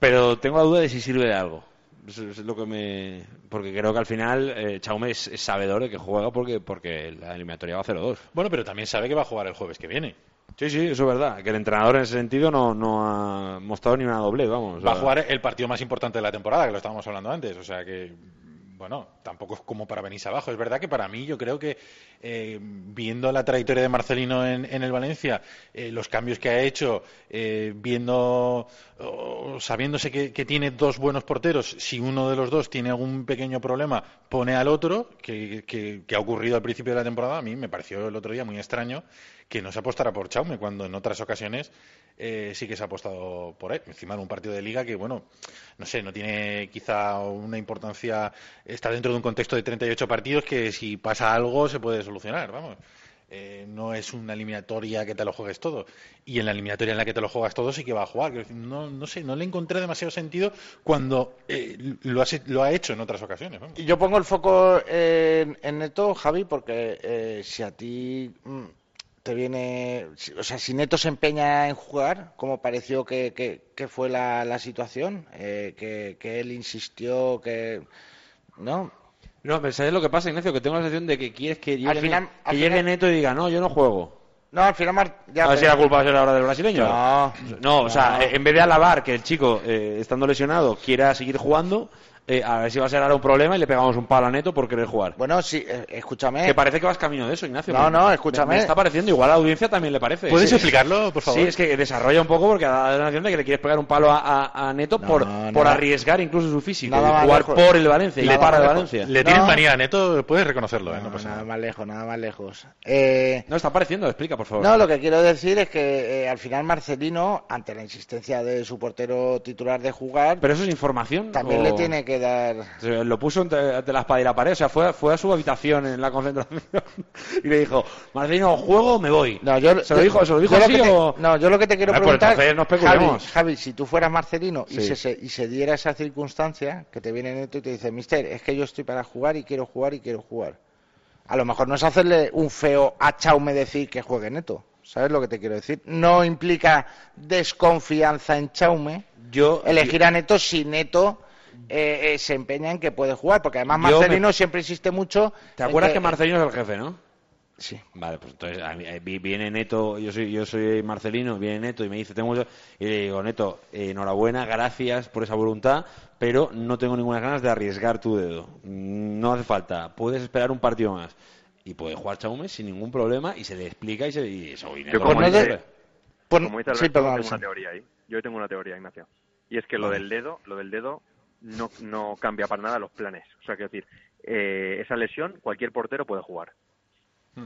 [SPEAKER 3] Pero tengo la duda de si sirve de algo. Eso es lo que me... Porque creo que al final eh, Chaume es, es sabedor de que juega porque, porque la eliminatoria va a 0-2.
[SPEAKER 2] Bueno, pero también sabe que va a jugar el jueves que viene.
[SPEAKER 3] Sí, sí, eso es verdad. Que el entrenador en ese sentido no, no ha mostrado ni una doble, vamos. o
[SPEAKER 2] Va a
[SPEAKER 3] sea,
[SPEAKER 2] jugar el partido más importante de la temporada, que lo estábamos hablando antes. O sea que, bueno, tampoco es como para venirse abajo. Es verdad que para mí yo creo que, eh, viendo la trayectoria de Marcelino en, en el Valencia, eh, los cambios que ha hecho, eh, viendo, o sabiéndose que, que tiene dos buenos porteros, si uno de los dos tiene algún pequeño problema, pone al otro, que, que- que ha ocurrido al principio de la temporada, a mí me pareció el otro día muy extraño que no se apostara por Chaume, cuando en otras ocasiones eh, sí que se ha apostado por él. Encima en un partido de liga que, bueno, no sé, no tiene quizá una importancia, está dentro de un contexto de 38 partidos que si pasa algo se puede solucionar, vamos. eh, no es una eliminatoria que te lo juegues todo. Y en la eliminatoria en la que te lo juegas todo sí que va a jugar. Quiero decir, No, no sé, no le encontré demasiado sentido cuando eh, lo, has- lo ha hecho en otras ocasiones. vamos.
[SPEAKER 4] Y Yo pongo el foco en, en Neto, Javi, porque eh, si a ti mm, te viene. si- o sea, si Neto se empeña en jugar, como pareció que, que- que fue la, la situación, eh, que, que él insistió, que. ¿No?
[SPEAKER 3] No, pero ¿sabes lo que pasa, Ignacio? Que tengo la sensación de que quieres que llegue,
[SPEAKER 4] Al final-
[SPEAKER 3] Ne-
[SPEAKER 4] al
[SPEAKER 3] que llegue
[SPEAKER 4] final-
[SPEAKER 3] Neto y diga, no, yo no juego.
[SPEAKER 4] No, al final. Mar- ya,
[SPEAKER 3] a ver si
[SPEAKER 4] pero-
[SPEAKER 3] Ah, la culpa será ahora del brasileño.
[SPEAKER 4] No,
[SPEAKER 3] No, o sea,
[SPEAKER 4] no.
[SPEAKER 3] eh, en vez de alabar que el chico, eh, estando lesionado, quiera seguir jugando, eh, a ver si va a ser ahora un problema y le pegamos un palo a Neto por querer jugar.
[SPEAKER 4] Bueno, sí, eh, escúchame.
[SPEAKER 3] Que parece que vas camino de eso, Ignacio.
[SPEAKER 4] No,
[SPEAKER 3] Me-
[SPEAKER 4] no,
[SPEAKER 3] me-
[SPEAKER 4] escúchame.
[SPEAKER 3] Me, está pareciendo, igual a la audiencia también le parece.
[SPEAKER 2] ¿Puedes
[SPEAKER 3] Sí.
[SPEAKER 2] explicarlo, por favor?
[SPEAKER 3] Sí, es que desarrolla un poco porque da la sensación de que le quieres pegar un palo a, a- a Neto
[SPEAKER 4] No,
[SPEAKER 3] por,
[SPEAKER 4] nada.
[SPEAKER 3] por arriesgar incluso su físico
[SPEAKER 4] Nada más
[SPEAKER 3] y jugar
[SPEAKER 4] lejos.
[SPEAKER 3] por el Valencia y
[SPEAKER 4] Nada
[SPEAKER 3] para el
[SPEAKER 4] más
[SPEAKER 3] Valencia.
[SPEAKER 2] Le tienes
[SPEAKER 4] No.
[SPEAKER 2] manía a Neto, puedes reconocerlo, ¿eh?
[SPEAKER 4] No,
[SPEAKER 2] No pasa
[SPEAKER 4] nada
[SPEAKER 2] nada.
[SPEAKER 4] más lejos, nada más lejos. Eh,
[SPEAKER 3] No, está pareciendo, explica, por favor.
[SPEAKER 4] No, lo que quiero decir es que eh, al final Marcelino, ante la insistencia de su portero titular de jugar,
[SPEAKER 3] Pero eso es información.
[SPEAKER 4] también
[SPEAKER 3] o-
[SPEAKER 4] le tiene que dar.
[SPEAKER 3] Se Lo puso entre, entre la espada y la pared, o sea, fue, a- fue a su habitación en la concentración y le dijo, Marcelino, juego o me voy.
[SPEAKER 4] No, yo,
[SPEAKER 3] ¿Se lo dijo, se lo dijo
[SPEAKER 4] yo
[SPEAKER 3] así
[SPEAKER 4] que te-
[SPEAKER 3] o...?
[SPEAKER 4] No, yo lo que te quiero
[SPEAKER 3] Ah, pues
[SPEAKER 4] preguntar.
[SPEAKER 3] entonces no especulemos.
[SPEAKER 4] Javi, Javi, si tú fueras Marcelino y,
[SPEAKER 3] Sí.
[SPEAKER 4] se, se- y se diera esa circunstancia, que te viene Neto y te dice, Mister, es que yo estoy para jugar y quiero jugar y quiero jugar. A lo mejor no es hacerle un feo a Chaume decir que juegue Neto. ¿Sabes lo que te quiero decir? No implica desconfianza en Chaume.
[SPEAKER 3] Yo,
[SPEAKER 4] elegir a Neto si Neto eh, eh, se empeña en que puede jugar, porque además
[SPEAKER 3] Yo
[SPEAKER 4] Marcelino
[SPEAKER 3] me-
[SPEAKER 4] siempre insiste mucho.
[SPEAKER 3] ¿Te
[SPEAKER 4] en
[SPEAKER 3] acuerdas que Marcelino es el jefe, no?
[SPEAKER 4] Sí.
[SPEAKER 3] Vale, pues entonces a mí- eh, vi- viene Neto, yo soy, yo soy Marcelino, viene Neto y me dice, tengo mucho- y le digo, Neto, eh, enhorabuena, gracias por esa voluntad, pero no tengo ninguna ganas de arriesgar tu dedo. Mm, No hace falta, puedes esperar un partido más. Y puede jugar Chaume sin ningún problema y se le explica y se y eso, y Neto
[SPEAKER 5] como
[SPEAKER 3] lo
[SPEAKER 4] dice-
[SPEAKER 3] entiende.
[SPEAKER 4] Pues-
[SPEAKER 5] Como dice Alberto,
[SPEAKER 4] sí, perdón,
[SPEAKER 5] tengo una
[SPEAKER 4] sí.
[SPEAKER 5] teoría ahí. Yo tengo una teoría, Ignacio. Y es que lo
[SPEAKER 3] Vale.
[SPEAKER 5] del dedo, lo del dedo no, no cambia para nada los planes. O sea, quiero decir, eh, esa lesión cualquier portero puede jugar.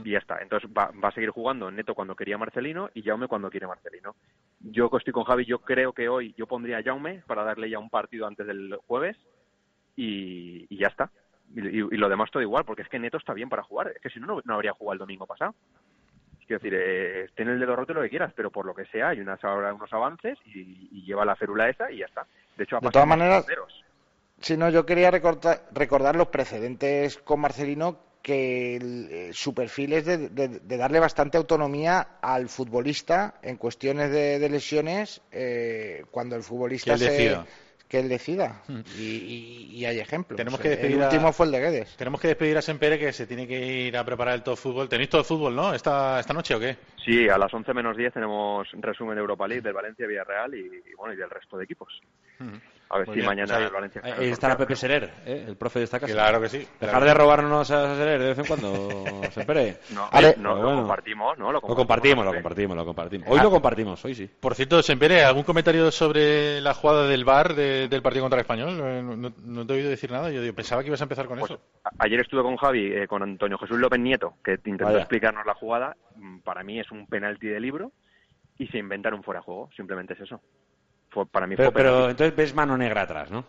[SPEAKER 5] Y ya está. Entonces va, va a seguir jugando Neto cuando quería Marcelino y Jaume cuando quiere Marcelino. Yo que estoy con Javi, yo creo que hoy yo pondría a Jaume para darle ya un partido antes del jueves y, y ya está. Y, y- y lo demás todo igual, porque es que Neto está bien para jugar. Es que si no, no, no habría jugado el domingo pasado. Quiero decir, eh, ten el dedo roto lo que quieras, pero por lo que sea, hay unas, ahora unos avances y, y lleva la férula esa y ya está. De hecho, ha
[SPEAKER 4] De
[SPEAKER 5] pasado
[SPEAKER 4] todas
[SPEAKER 5] con
[SPEAKER 4] maneras-
[SPEAKER 5] porteros.
[SPEAKER 4] Sí, no, yo quería recorta- recordar los precedentes con Marcelino que el, eh, su perfil es de, de- de darle bastante autonomía al futbolista en cuestiones de, de lesiones eh, cuando el futbolista
[SPEAKER 2] Que él
[SPEAKER 4] se-
[SPEAKER 2] decida. Mm.
[SPEAKER 4] que él decida. Y, y- y hay ejemplos.
[SPEAKER 2] Tenemos que
[SPEAKER 4] el
[SPEAKER 2] despedir a-
[SPEAKER 4] último fue el de Guedes.
[SPEAKER 2] Tenemos que despedir a Sempere que se tiene que ir a preparar el todo fútbol. ¿Tenéis todo fútbol, no? ¿Esta, esta noche o qué?
[SPEAKER 5] Sí, a las 11 menos 10 tenemos resumen de Europa League del Valencia, Villarreal y, y bueno, y del resto de equipos. A ver
[SPEAKER 2] Muy
[SPEAKER 5] si
[SPEAKER 2] bien,
[SPEAKER 5] mañana
[SPEAKER 2] pues ahí-
[SPEAKER 5] el Valencia.
[SPEAKER 3] Ahí- ahí estará Pepe Serer, ¿eh? el profe de esta casa.
[SPEAKER 2] Claro que sí.
[SPEAKER 3] Dejar de robarnos a Serer de vez en cuando, Sempere.
[SPEAKER 5] No,
[SPEAKER 4] A ver-
[SPEAKER 5] no,
[SPEAKER 3] Pero
[SPEAKER 5] lo
[SPEAKER 3] bueno.
[SPEAKER 5] compartimos, ¿no?
[SPEAKER 3] Ah. Lo compartimos, lo compartimos, lo compartimos. Hoy lo compartimos, hoy sí.
[SPEAKER 2] Por cierto, Sempere, ¿algún comentario sobre la jugada del VAR de- del partido contra el Español? Eh, No, no te he oído decir nada. Yo digo, pensaba que ibas a empezar con
[SPEAKER 3] Pues,
[SPEAKER 2] eso.
[SPEAKER 5] A- Ayer estuve con Javi, eh, con Antonio Jesús López Nieto, que intentó
[SPEAKER 3] Vaya.
[SPEAKER 5] explicarnos la jugada. Mm, Para mí es un penalti de libro y se inventaron fuera de juego, simplemente es eso. Fue, para mí
[SPEAKER 3] Pero,
[SPEAKER 5] fue penalti.
[SPEAKER 3] pero entonces ves mano negra atrás, ¿no?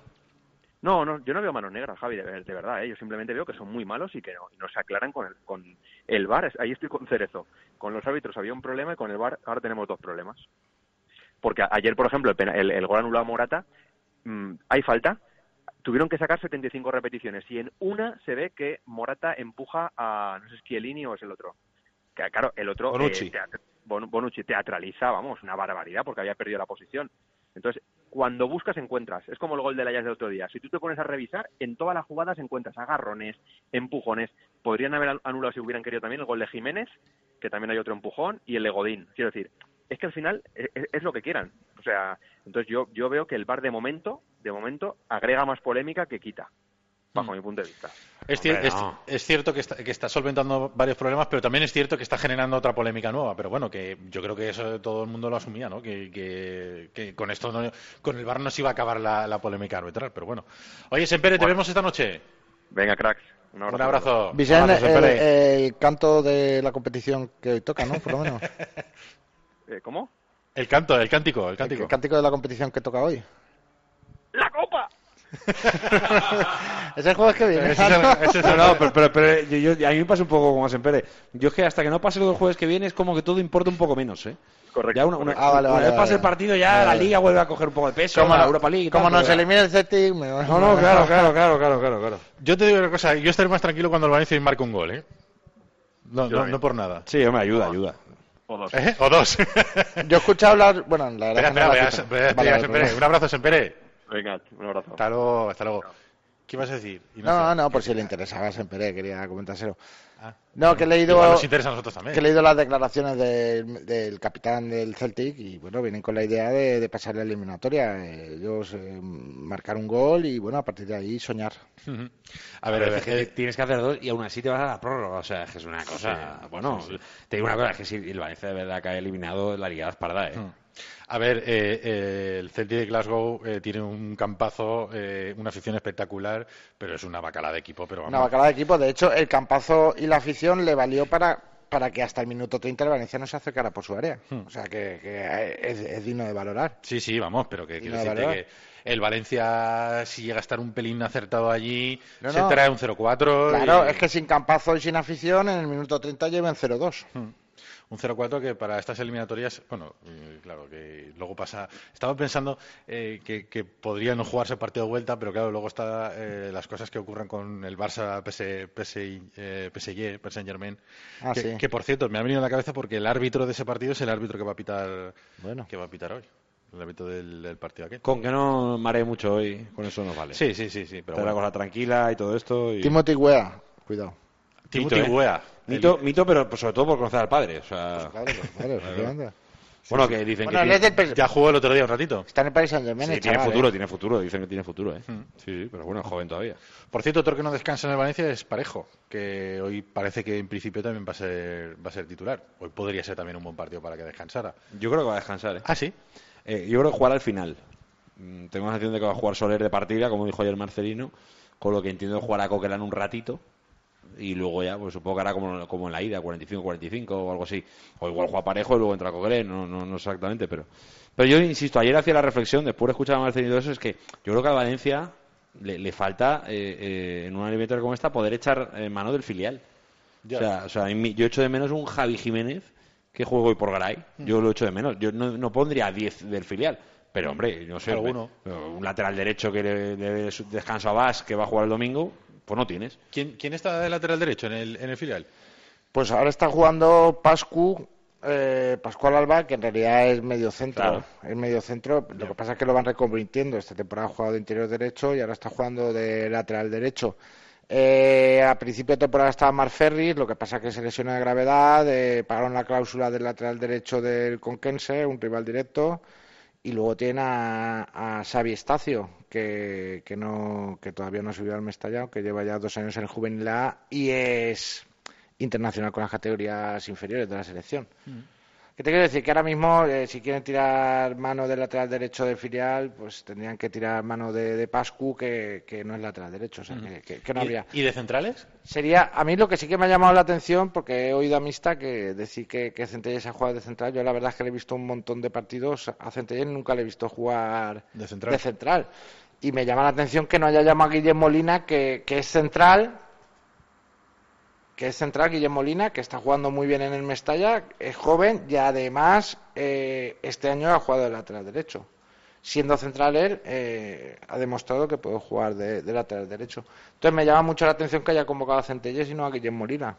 [SPEAKER 5] No, no, yo no veo manos negras, Javi, de, ver- de verdad. ¿eh? Yo simplemente veo que son muy malos y que no, y no se aclaran con el, con el VAR. Ahí estoy con Cerezo. Con los árbitros había un problema y con el VAR ahora tenemos dos problemas. Porque a- ayer, por ejemplo, el, pena- el- el gol anulado a Morata, mm, hay falta. Tuvieron que sacar 75 repeticiones y en una se ve que Morata empuja a, no sé, Chiellini o es el otro. Que, Claro, el otro... eh,
[SPEAKER 3] Bonucci.
[SPEAKER 5] teat- Bon- Bonucci teatraliza, vamos, una barbaridad porque había perdido la posición. Entonces, cuando buscas encuentras. Es como el gol del Ajax del otro día. Si tú te pones a revisar, en todas las jugadas encuentras agarrones, empujones. Podrían haber anulado si hubieran querido también el gol de Jiménez, que también hay otro empujón, y el de Godín. Quiero decir, es que al final e- e- es, lo que quieran. O sea, entonces yo, yo veo que el VAR de momento, de momento, agrega más polémica que quita, bajo mi punto de vista.
[SPEAKER 2] Es, cier-
[SPEAKER 3] Hombre,
[SPEAKER 2] es-
[SPEAKER 3] no.
[SPEAKER 2] es cierto que está, que está solventando varios problemas, pero también es cierto que está generando otra polémica nueva. Pero bueno, que yo creo que eso todo el mundo lo asumía, ¿no? Que, que- que con esto, no- con el VAR no se iba a acabar la, la polémica arbitral. Pero bueno. Oye, Sempere, te vemos esta noche.
[SPEAKER 5] Venga, cracks.
[SPEAKER 2] Un abrazo.
[SPEAKER 4] Vicente,
[SPEAKER 2] Un abrazo,
[SPEAKER 4] el,
[SPEAKER 2] Sempere.
[SPEAKER 4] el canto de la competición que hoy toca, ¿no? Por lo menos.
[SPEAKER 5] Eh, ¿Cómo?
[SPEAKER 2] El canto, el cántico, el
[SPEAKER 4] El,
[SPEAKER 2] cántico.
[SPEAKER 4] cántico de la competición que toca hoy.
[SPEAKER 5] ¡La copa!
[SPEAKER 4] Es el jueves que viene.
[SPEAKER 2] Ese es el- ese es el-
[SPEAKER 3] No, no, pero, pero- pero yo- yo- a mí me pasa un poco como a Sempere. Yo es que hasta que no pase los jueves que viene es como que todo importa un poco menos, ¿eh?
[SPEAKER 5] Correcto.
[SPEAKER 3] Ya una, una-
[SPEAKER 4] Ah, vale,
[SPEAKER 3] una
[SPEAKER 4] vale,
[SPEAKER 3] vez
[SPEAKER 4] vale.
[SPEAKER 3] pase el partido ya
[SPEAKER 4] Vale,
[SPEAKER 3] la
[SPEAKER 4] vale.
[SPEAKER 3] liga vuelve a coger un poco de peso,
[SPEAKER 4] Como
[SPEAKER 3] la
[SPEAKER 4] no-
[SPEAKER 3] Europa League y
[SPEAKER 4] como
[SPEAKER 3] tal,
[SPEAKER 4] nos
[SPEAKER 3] pero-
[SPEAKER 4] elimina el Celtic... me-
[SPEAKER 3] No, no, claro, claro, claro, claro, claro, claro.
[SPEAKER 2] Yo te digo una cosa, yo estaré más tranquilo cuando el Valencia marca un gol, ¿eh? No,
[SPEAKER 5] Yo
[SPEAKER 2] no,
[SPEAKER 5] también.
[SPEAKER 2] no por nada.
[SPEAKER 3] Sí, hombre, ayuda, ayuda.
[SPEAKER 5] O dos.
[SPEAKER 2] ¿Eh? O dos.
[SPEAKER 4] Yo he escuchado hablar... Bueno, la
[SPEAKER 2] Espera, espera,
[SPEAKER 4] verdad
[SPEAKER 2] espera,
[SPEAKER 4] es que no
[SPEAKER 2] espera,
[SPEAKER 4] la escucho. Vale, pues
[SPEAKER 2] espera,
[SPEAKER 4] vale,
[SPEAKER 2] Sempere.
[SPEAKER 4] perdón.
[SPEAKER 2] Un abrazo, Sempere.
[SPEAKER 5] Venga, un abrazo.
[SPEAKER 2] Hasta luego, hasta luego. ¿Qué vas a decir? Ignacio?
[SPEAKER 4] No, no, por si le interesaba a Sempere, quería comentárselo.
[SPEAKER 2] Ah.
[SPEAKER 4] No, que he leído...
[SPEAKER 2] Igual nos interesa eh. a nosotros también.
[SPEAKER 4] que he leído las declaraciones del, del capitán del Celtic y bueno, vienen con la idea de, de pasar la eliminatoria, eh, ellos eh, marcar un gol y bueno, a partir de ahí soñar.
[SPEAKER 2] Ujú. A ver,
[SPEAKER 3] Pero es
[SPEAKER 2] eh,
[SPEAKER 3] que
[SPEAKER 2] eh,
[SPEAKER 3] tienes que hacer dos y aún así te vas a la prórroga. O sea, es que es una cosa. bueno, te digo una cosa: es que si el Valencia de verdad que ha eliminado la Liga de Esparda, ¿eh?
[SPEAKER 2] a ver, eh, eh, el Celtic de Glasgow eh, tiene un campazo, eh, una afición espectacular, pero es una bacala de equipo. Pero vamos.
[SPEAKER 4] Una bacalada de equipo, de hecho, el campazo y la afición le valió para, para que hasta el minuto 30 el Valencia no se acercara por su área.
[SPEAKER 2] Hmm.
[SPEAKER 4] O sea que, que es, es digno de valorar.
[SPEAKER 2] Sí, sí, vamos, pero que quiero
[SPEAKER 4] no,
[SPEAKER 2] decirte
[SPEAKER 4] ¿verdad?
[SPEAKER 2] que el Valencia, si llega a estar un pelín acertado allí,
[SPEAKER 4] No,
[SPEAKER 2] se
[SPEAKER 4] no.
[SPEAKER 2] trae un 0-4.
[SPEAKER 4] Claro,
[SPEAKER 2] y-
[SPEAKER 4] es que sin campazo y sin afición en el minuto 30 llevan 0-2.
[SPEAKER 3] Hmm,
[SPEAKER 2] Un 0-4 que para estas eliminatorias, bueno, eh, claro, que luego pasa. Estaba pensando eh, que, que podría no jugarse el partido de vuelta, pero claro, luego está eh, las cosas que ocurren con el Barça PS, PSI, eh, PSG, Paris Saint Germain.
[SPEAKER 4] Ah,
[SPEAKER 2] que,
[SPEAKER 4] sí.
[SPEAKER 2] que, por cierto, me ha venido a la cabeza porque el árbitro de ese partido es el árbitro que va a pitar,
[SPEAKER 4] Bueno.
[SPEAKER 2] que va a pitar hoy. El árbitro del, del partido aquel.
[SPEAKER 3] Con que no maree mucho hoy, con eso nos vale.
[SPEAKER 2] Sí, sí, sí, sí. Pero
[SPEAKER 3] Hacer la
[SPEAKER 2] bueno.
[SPEAKER 3] cosa tranquila y todo esto. Y...
[SPEAKER 4] Timothy Weah, cuidado.
[SPEAKER 2] Timothy
[SPEAKER 3] ¿eh?
[SPEAKER 2] Weah, el-
[SPEAKER 3] Mito, mito, pero pues, sobre todo por conocer al padre. O sea,
[SPEAKER 4] Pues Claro, claro, efectivamente.
[SPEAKER 3] bueno, que dicen
[SPEAKER 4] Bueno,
[SPEAKER 3] que
[SPEAKER 4] él
[SPEAKER 3] tiene,
[SPEAKER 4] es del Pe-
[SPEAKER 2] Ya jugó el otro día un ratito.
[SPEAKER 4] está en el Paris Saint-Germain,
[SPEAKER 3] sí,
[SPEAKER 4] el
[SPEAKER 3] tiene
[SPEAKER 4] chaval,
[SPEAKER 3] futuro,
[SPEAKER 4] ¿eh? Hmm.
[SPEAKER 3] tiene futuro. Dicen que tiene futuro, ¿eh? Sí, sí, pero bueno, es joven todavía.
[SPEAKER 2] Mm. Por cierto, otro que no descansa en el Valencia es Parejo, que hoy parece que en principio también va a ser, va a ser titular. Hoy podría ser también un buen partido para que descansara.
[SPEAKER 3] Yo creo que va a descansar, ¿eh?
[SPEAKER 2] Ah, sí.
[SPEAKER 3] Eh, yo creo que jugar al final. Mm, Tengo la sensación de que va a jugar Soler de partida, como dijo ayer Marcelino, con lo que entiendo jugar a Coquelán un ratito. Y luego ya, pues supongo que hará como, como en la ida, 45-45 o algo así. O igual juega parejo y luego entra Coquelán, no, no, no exactamente, pero... Pero yo insisto, ayer hacía la reflexión, después de escuchar a Marcelino eso, es que yo creo que a Valencia le, le falta, eh, eh, en una eliminatoria como esta, poder echar eh, mano del filial.
[SPEAKER 2] Ya.
[SPEAKER 3] O sea, o sea, en mi- yo echo de menos un Javi Jiménez que juego hoy por Garay.
[SPEAKER 2] Mm.
[SPEAKER 3] Yo lo echo de menos. Yo no, no pondría 10 del filial. Pero, hombre, no sé.
[SPEAKER 2] Alguno.
[SPEAKER 3] me- un lateral derecho que le, le des descanso a Vas, que va a jugar el domingo, pues no tienes.
[SPEAKER 2] ¿Quién, quién está de lateral derecho en el, en el filial?
[SPEAKER 4] Pues ahora está jugando Pascu, eh, Pascual Alba, que en realidad es medio centro.
[SPEAKER 3] Claro.
[SPEAKER 4] Es medio centro. Lo que pasa es que lo van reconvirtiendo. Esta temporada ha jugado de interior derecho y ahora está jugando de lateral derecho. Eh, a principio de temporada estaba Mar Ferris, lo que pasa es que se lesiona de gravedad, eh, pagaron la cláusula del lateral derecho del Conquense, un rival directo, y luego tiene a, a Xavi Estacio, que, que no, que todavía no ha subido al Mestalla, que lleva ya dos años en el Juvenil A y es internacional con las categorías inferiores de la selección. ¿Qué te quiero decir? Que ahora mismo, eh, si quieren tirar mano del lateral derecho del filial, pues tendrían que tirar mano de, de Pascu, que, que no es lateral derecho, o sea, que, que- que no
[SPEAKER 2] ¿Y,
[SPEAKER 4] habría.
[SPEAKER 2] y de centrales?
[SPEAKER 4] Sería, a mí lo que sí que me ha llamado la atención, porque he oído a Mista que decir que, que Centelles ha jugado de central, yo la verdad es que le he visto un montón de partidos, a Centelles nunca le he visto jugar
[SPEAKER 2] De central.
[SPEAKER 4] Y me llama la atención que no haya llamado a Guillermo Molina, que, que es central, que es central Guillermo Molina, que está jugando muy bien en el Mestalla, es joven y además eh, este año ha jugado de lateral derecho. Siendo central él, eh, ha demostrado que puede jugar de, de lateral derecho. Entonces me llama mucho la atención que haya convocado a Centelles y no a Guillermo Molina.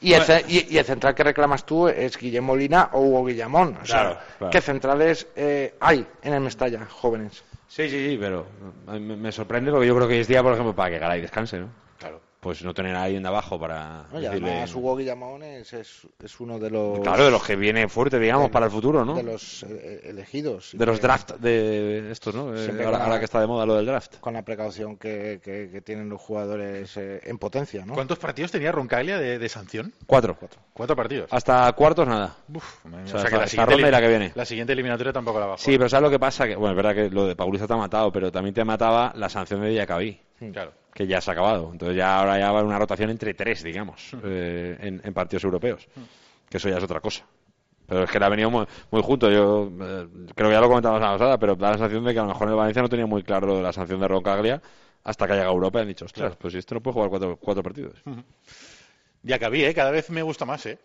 [SPEAKER 4] Y el, ce- y- y el central que reclamas tú es Guillermo Molina o Hugo Guillamón. O sea,
[SPEAKER 3] Claro, claro.
[SPEAKER 4] ¿qué centrales eh, hay en el Mestalla, jóvenes?
[SPEAKER 3] Sí, sí, sí, pero a mí me, me sorprende porque yo creo que es día, por ejemplo, para que Garay descanse, ¿no?
[SPEAKER 2] Claro.
[SPEAKER 3] Pues no tener a alguien de abajo para
[SPEAKER 4] ¿no? Y
[SPEAKER 3] decirle-
[SPEAKER 4] además Hugo Guillamón es, es, es uno de los,
[SPEAKER 3] Claro, de los que viene fuerte, digamos, para el futuro, ¿no?
[SPEAKER 4] de los eh, elegidos.
[SPEAKER 3] De los draft de estos, ¿no? Eh,
[SPEAKER 4] Siempre
[SPEAKER 3] ahora,
[SPEAKER 4] gana-
[SPEAKER 3] ahora que está de moda lo del draft.
[SPEAKER 4] con la precaución que, que- que tienen los jugadores eh, en potencia, ¿no?
[SPEAKER 2] ¿Cuántos partidos tenía Roncaglia de, de sanción?
[SPEAKER 3] Cuatro.
[SPEAKER 2] Cuatro partidos.
[SPEAKER 3] Hasta cuartos nada.
[SPEAKER 2] Uf, madre mía.
[SPEAKER 3] O sea, esta- esta ronda y la que viene.
[SPEAKER 2] la siguiente eliminatoria tampoco la va a
[SPEAKER 3] Sí,
[SPEAKER 2] jugar.
[SPEAKER 3] pero ¿sabes lo que pasa? Que, bueno, es verdad que lo de Paulista te ha matado, pero también te mataba la sanción de Diacabí,
[SPEAKER 2] Claro.
[SPEAKER 3] que ya se ha acabado. Entonces ya ahora ya va una rotación entre tres, digamos, eh, en, en partidos europeos. Que eso ya es otra cosa. Pero es que la ha venido muy, muy junto. Yo eh, creo que ya lo comentamos la pasada, pero da la sensación de que a lo mejor en el Valencia no tenía muy claro lo de la sanción de Roncaglia Hasta que ha llegado Europa y han dicho, ostras, pues si este no puede jugar cuatro, cuatro partidos.
[SPEAKER 2] Ya que vi, ¿eh? cada vez me gusta más. ¿eh?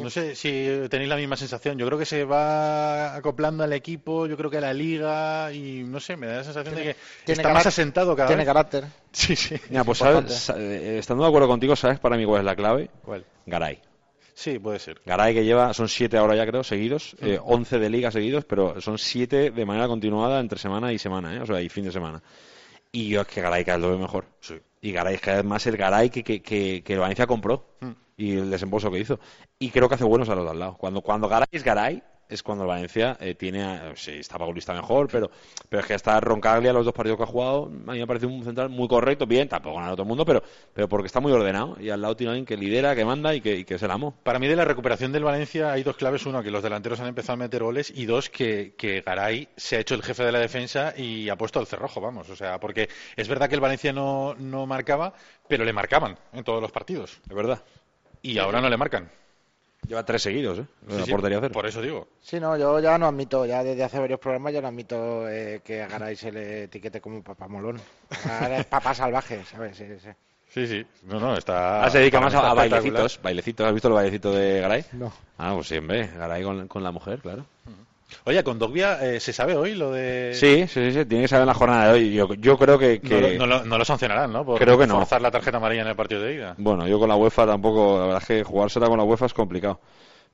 [SPEAKER 2] No sé si tenéis la misma sensación. Yo creo que se va acoplando al equipo, yo creo que a la liga y no sé, me da la sensación de que está
[SPEAKER 4] cara-
[SPEAKER 2] más asentado cada
[SPEAKER 4] Tiene
[SPEAKER 2] vez.
[SPEAKER 4] carácter.
[SPEAKER 2] Sí, sí.
[SPEAKER 3] Mira, pues
[SPEAKER 4] Importante.
[SPEAKER 3] sabes, sa- eh, estando de acuerdo contigo, ¿sabes para mí cuál es la clave?
[SPEAKER 2] ¿Cuál?
[SPEAKER 3] Garay.
[SPEAKER 2] Sí, puede ser.
[SPEAKER 3] Garay que lleva, son siete ahora ya creo, seguidos, eh, 11 de liga seguidos, pero son siete de manera continuada entre semana y semana, ¿eh? o sea, y fin de semana. Y yo es que Garay cada vez lo veo mejor.
[SPEAKER 2] Sí.
[SPEAKER 3] Y Garay es cada vez más el Garay que, que, que, que el Valencia compró y el desembolso que hizo. Y creo que hace buenos a los de al lado. Cuando, cuando Garay es Garay, es cuando el Valencia eh, tiene. a- sí, está Paulista mejor, pero, pero es que hasta Roncaglia, los dos partidos que ha jugado, a mí me parece un central muy correcto. Bien, tampoco gana todo el mundo, pero, pero porque está muy ordenado. Y al lado tiene alguien que lidera, que manda y que, y que es el amo.
[SPEAKER 2] Para mí de la recuperación del Valencia hay dos claves. Uno, que los delanteros han empezado a meter goles y dos, que, que Garay se ha hecho el jefe de la defensa y ha puesto el cerrojo, vamos. O sea, porque es verdad que el Valencia no, no marcaba, pero le marcaban en todos los partidos.
[SPEAKER 3] Es verdad.
[SPEAKER 2] Y ahora no le marcan.
[SPEAKER 3] Lleva tres seguidos, ¿eh?
[SPEAKER 2] Sí,
[SPEAKER 3] la
[SPEAKER 2] sí,
[SPEAKER 3] portería cero.
[SPEAKER 2] por eso digo.
[SPEAKER 4] Sí, no, yo ya no admito, ya desde hace varios programas ya no admito eh, que a Garay se le etiquete como papamolón. Ahora es papá salvaje, ¿sabes? Sí, sí.
[SPEAKER 2] Sí, sí. No, no, está.
[SPEAKER 3] Ah, se dedica
[SPEAKER 2] para
[SPEAKER 3] más
[SPEAKER 2] mí está
[SPEAKER 3] a, a
[SPEAKER 2] espectacular.
[SPEAKER 3] bailecitos. Bailecitos, ¿has visto el bailecito de Garay?
[SPEAKER 4] No.
[SPEAKER 3] Ah, pues siempre, Garay con, con la mujer, claro.
[SPEAKER 2] Oye, con Dogbia eh, se sabe hoy lo de.
[SPEAKER 3] Sí, sí, sí, sí, tiene que saber en la jornada de hoy. Yo, yo creo que...
[SPEAKER 2] Eh, No,
[SPEAKER 3] que-
[SPEAKER 2] lo- no, lo, no lo sancionarán, ¿no? Por
[SPEAKER 3] Creo que no.
[SPEAKER 2] Forzar la tarjeta amarilla en el partido de ida.
[SPEAKER 3] Bueno, yo con la UEFA tampoco, la verdad es que jugársela con la UEFA es complicado.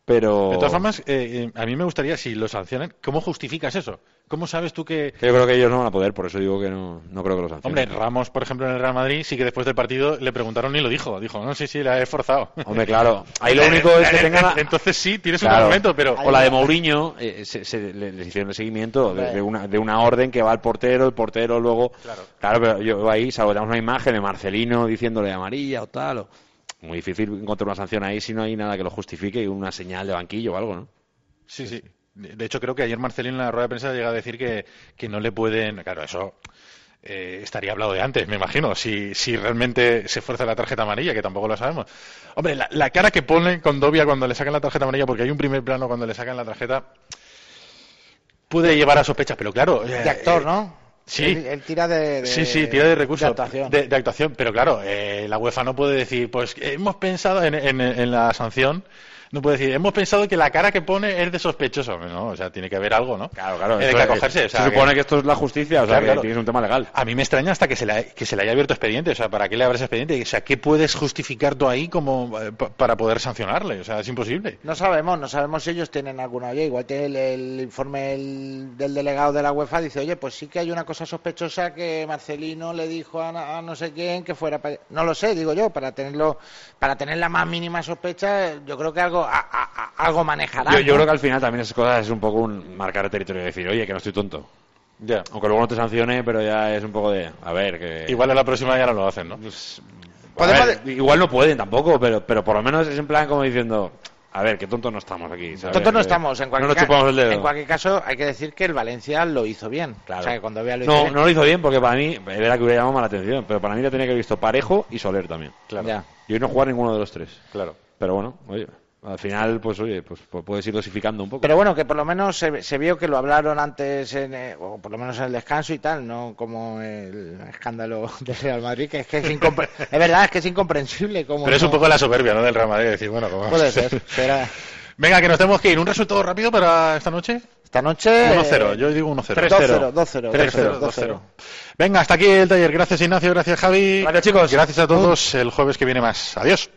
[SPEAKER 3] Pero
[SPEAKER 2] De todas formas, eh, eh, a mí me gustaría, si lo sancionan, ¿cómo justificas eso? ¿Cómo sabes tú que,
[SPEAKER 3] yo creo que ellos no van a poder, por eso digo que no, no creo que los
[SPEAKER 2] Hombre,
[SPEAKER 3] sancionen.
[SPEAKER 2] Ramos, por ejemplo, en el Real Madrid, sí que después del partido le preguntaron y lo dijo. Dijo, no, sí, sí, la he forzado.
[SPEAKER 3] Hombre, claro. Ahí lo único es que tengan... a-
[SPEAKER 2] Entonces sí, tienes un
[SPEAKER 3] Claro.
[SPEAKER 2] argumento, pero...
[SPEAKER 3] O la de Mourinho, eh, se, se- le- les hicieron el seguimiento de, de una, de una orden que va al portero, el portero luego... Claro, pero yo veo ahí, salvo tenemos una imagen de Marcelino diciéndole amarilla o tal, o... Muy difícil encontrar una sanción ahí si no hay nada que lo justifique y una señal de banquillo o algo, ¿no?
[SPEAKER 2] Sí, sí. De de hecho, creo que ayer Marcelino en la rueda de prensa llega a decir que, que no le pueden... Claro, eso eh, estaría hablado de antes, me imagino, si, si realmente se fuerza la tarjeta amarilla, que tampoco lo sabemos. Hombre, la, la cara que pone con Dobia cuando le sacan la tarjeta amarilla, porque hay un primer plano cuando le sacan la tarjeta... Puede llevar a sospechas, pero claro. eh,
[SPEAKER 4] De actor, ¿no?
[SPEAKER 2] sí.
[SPEAKER 4] Él, él tira de, de-
[SPEAKER 2] Sí, sí, tira de recursos.
[SPEAKER 4] de actuación.
[SPEAKER 2] De, de actuación. Pero claro, eh, la UEFA no puede decir, pues hemos pensado en, en- en la sanción, no puede decir, hemos pensado que la cara que pone es de sospechoso. No, o sea, tiene que haber algo, ¿no?
[SPEAKER 3] Claro, claro.
[SPEAKER 2] Eh, de
[SPEAKER 3] eso
[SPEAKER 2] que
[SPEAKER 3] es-
[SPEAKER 2] acogerse. o sea,
[SPEAKER 3] se
[SPEAKER 2] que-
[SPEAKER 3] supone que... esto es la justicia, o sea,
[SPEAKER 2] Claro,
[SPEAKER 3] que
[SPEAKER 2] claro.
[SPEAKER 3] tienes un tema legal.
[SPEAKER 2] A mí me extraña hasta que se, le, que se le haya abierto expediente. O sea, ¿para qué le abres expediente? O sea, ¿qué puedes justificar tú ahí como eh, pa- para poder sancionarle? O sea, es imposible.
[SPEAKER 4] No sabemos, no sabemos si ellos tienen alguna. Oye, igual tiene el, el informe el- del delegado de la UEFA, dice, oye, pues sí que hay una cosa sospechosa que Marcelino le dijo a, na- a no sé quién que fuera para... No lo sé, digo yo, para tenerlo, para tener la más mínima sospecha, yo creo que algo, a- a- a- algo manejará.
[SPEAKER 3] Yo, yo creo que al final también esas cosas es un poco un marcar el territorio y decir, oye, que no estoy tonto.
[SPEAKER 2] Ya.
[SPEAKER 3] Aunque luego no te sancione, pero ya es un poco de, a ver, que...
[SPEAKER 2] Igual a la próxima ya no lo hacen, ¿no?
[SPEAKER 3] Pues,
[SPEAKER 4] Pues,
[SPEAKER 3] mm, A ver, igual no pueden tampoco, pero, pero por lo menos es en plan como diciendo, a ver, que tontos no estamos aquí. ¿sabes?
[SPEAKER 4] Tontos no
[SPEAKER 3] Que-
[SPEAKER 4] estamos, en
[SPEAKER 3] no
[SPEAKER 4] cualquier,
[SPEAKER 3] nos
[SPEAKER 4] ca-
[SPEAKER 3] chupamos el dedo.
[SPEAKER 4] en cualquier caso hay que decir que el Valencia lo hizo bien.
[SPEAKER 3] Claro.
[SPEAKER 4] O sea, que cuando vea lo hizo
[SPEAKER 3] no,
[SPEAKER 4] bien.
[SPEAKER 3] no lo hizo bien porque para mí, era que hubiera llamado más la atención, pero para mí le tenía que haber visto Parejo y Soler también.
[SPEAKER 4] Ya.
[SPEAKER 3] Y hoy no jugar ninguno de los tres.
[SPEAKER 2] Claro.
[SPEAKER 3] Pero bueno, oye, al final, pues oye, pues, pues puedes ir dosificando un poco.
[SPEAKER 4] Pero bueno, que por lo menos se, se vio que lo hablaron antes, en, eh, o por lo menos en el descanso y tal, no como el escándalo del Real Madrid, que es que es, incompre- es verdad, es que es incomprensible. Como
[SPEAKER 2] Pero es un poco la soberbia, ¿no? Del Real Madrid. Decir, bueno, como...
[SPEAKER 4] Puede ser. será.
[SPEAKER 2] Venga, que nos tenemos que ir. ¿Un resultado rápido para esta noche?
[SPEAKER 4] Esta noche...
[SPEAKER 2] 1-0,
[SPEAKER 4] eh,
[SPEAKER 2] yo digo 1-0.
[SPEAKER 4] 3-0, 2-0,
[SPEAKER 2] 3-0,
[SPEAKER 4] 2-0,
[SPEAKER 2] 2-0. Venga, hasta aquí el taller. Gracias Ignacio, gracias Javi.
[SPEAKER 3] Gracias, chicos.
[SPEAKER 2] Gracias a todos. El jueves que viene más. Adiós.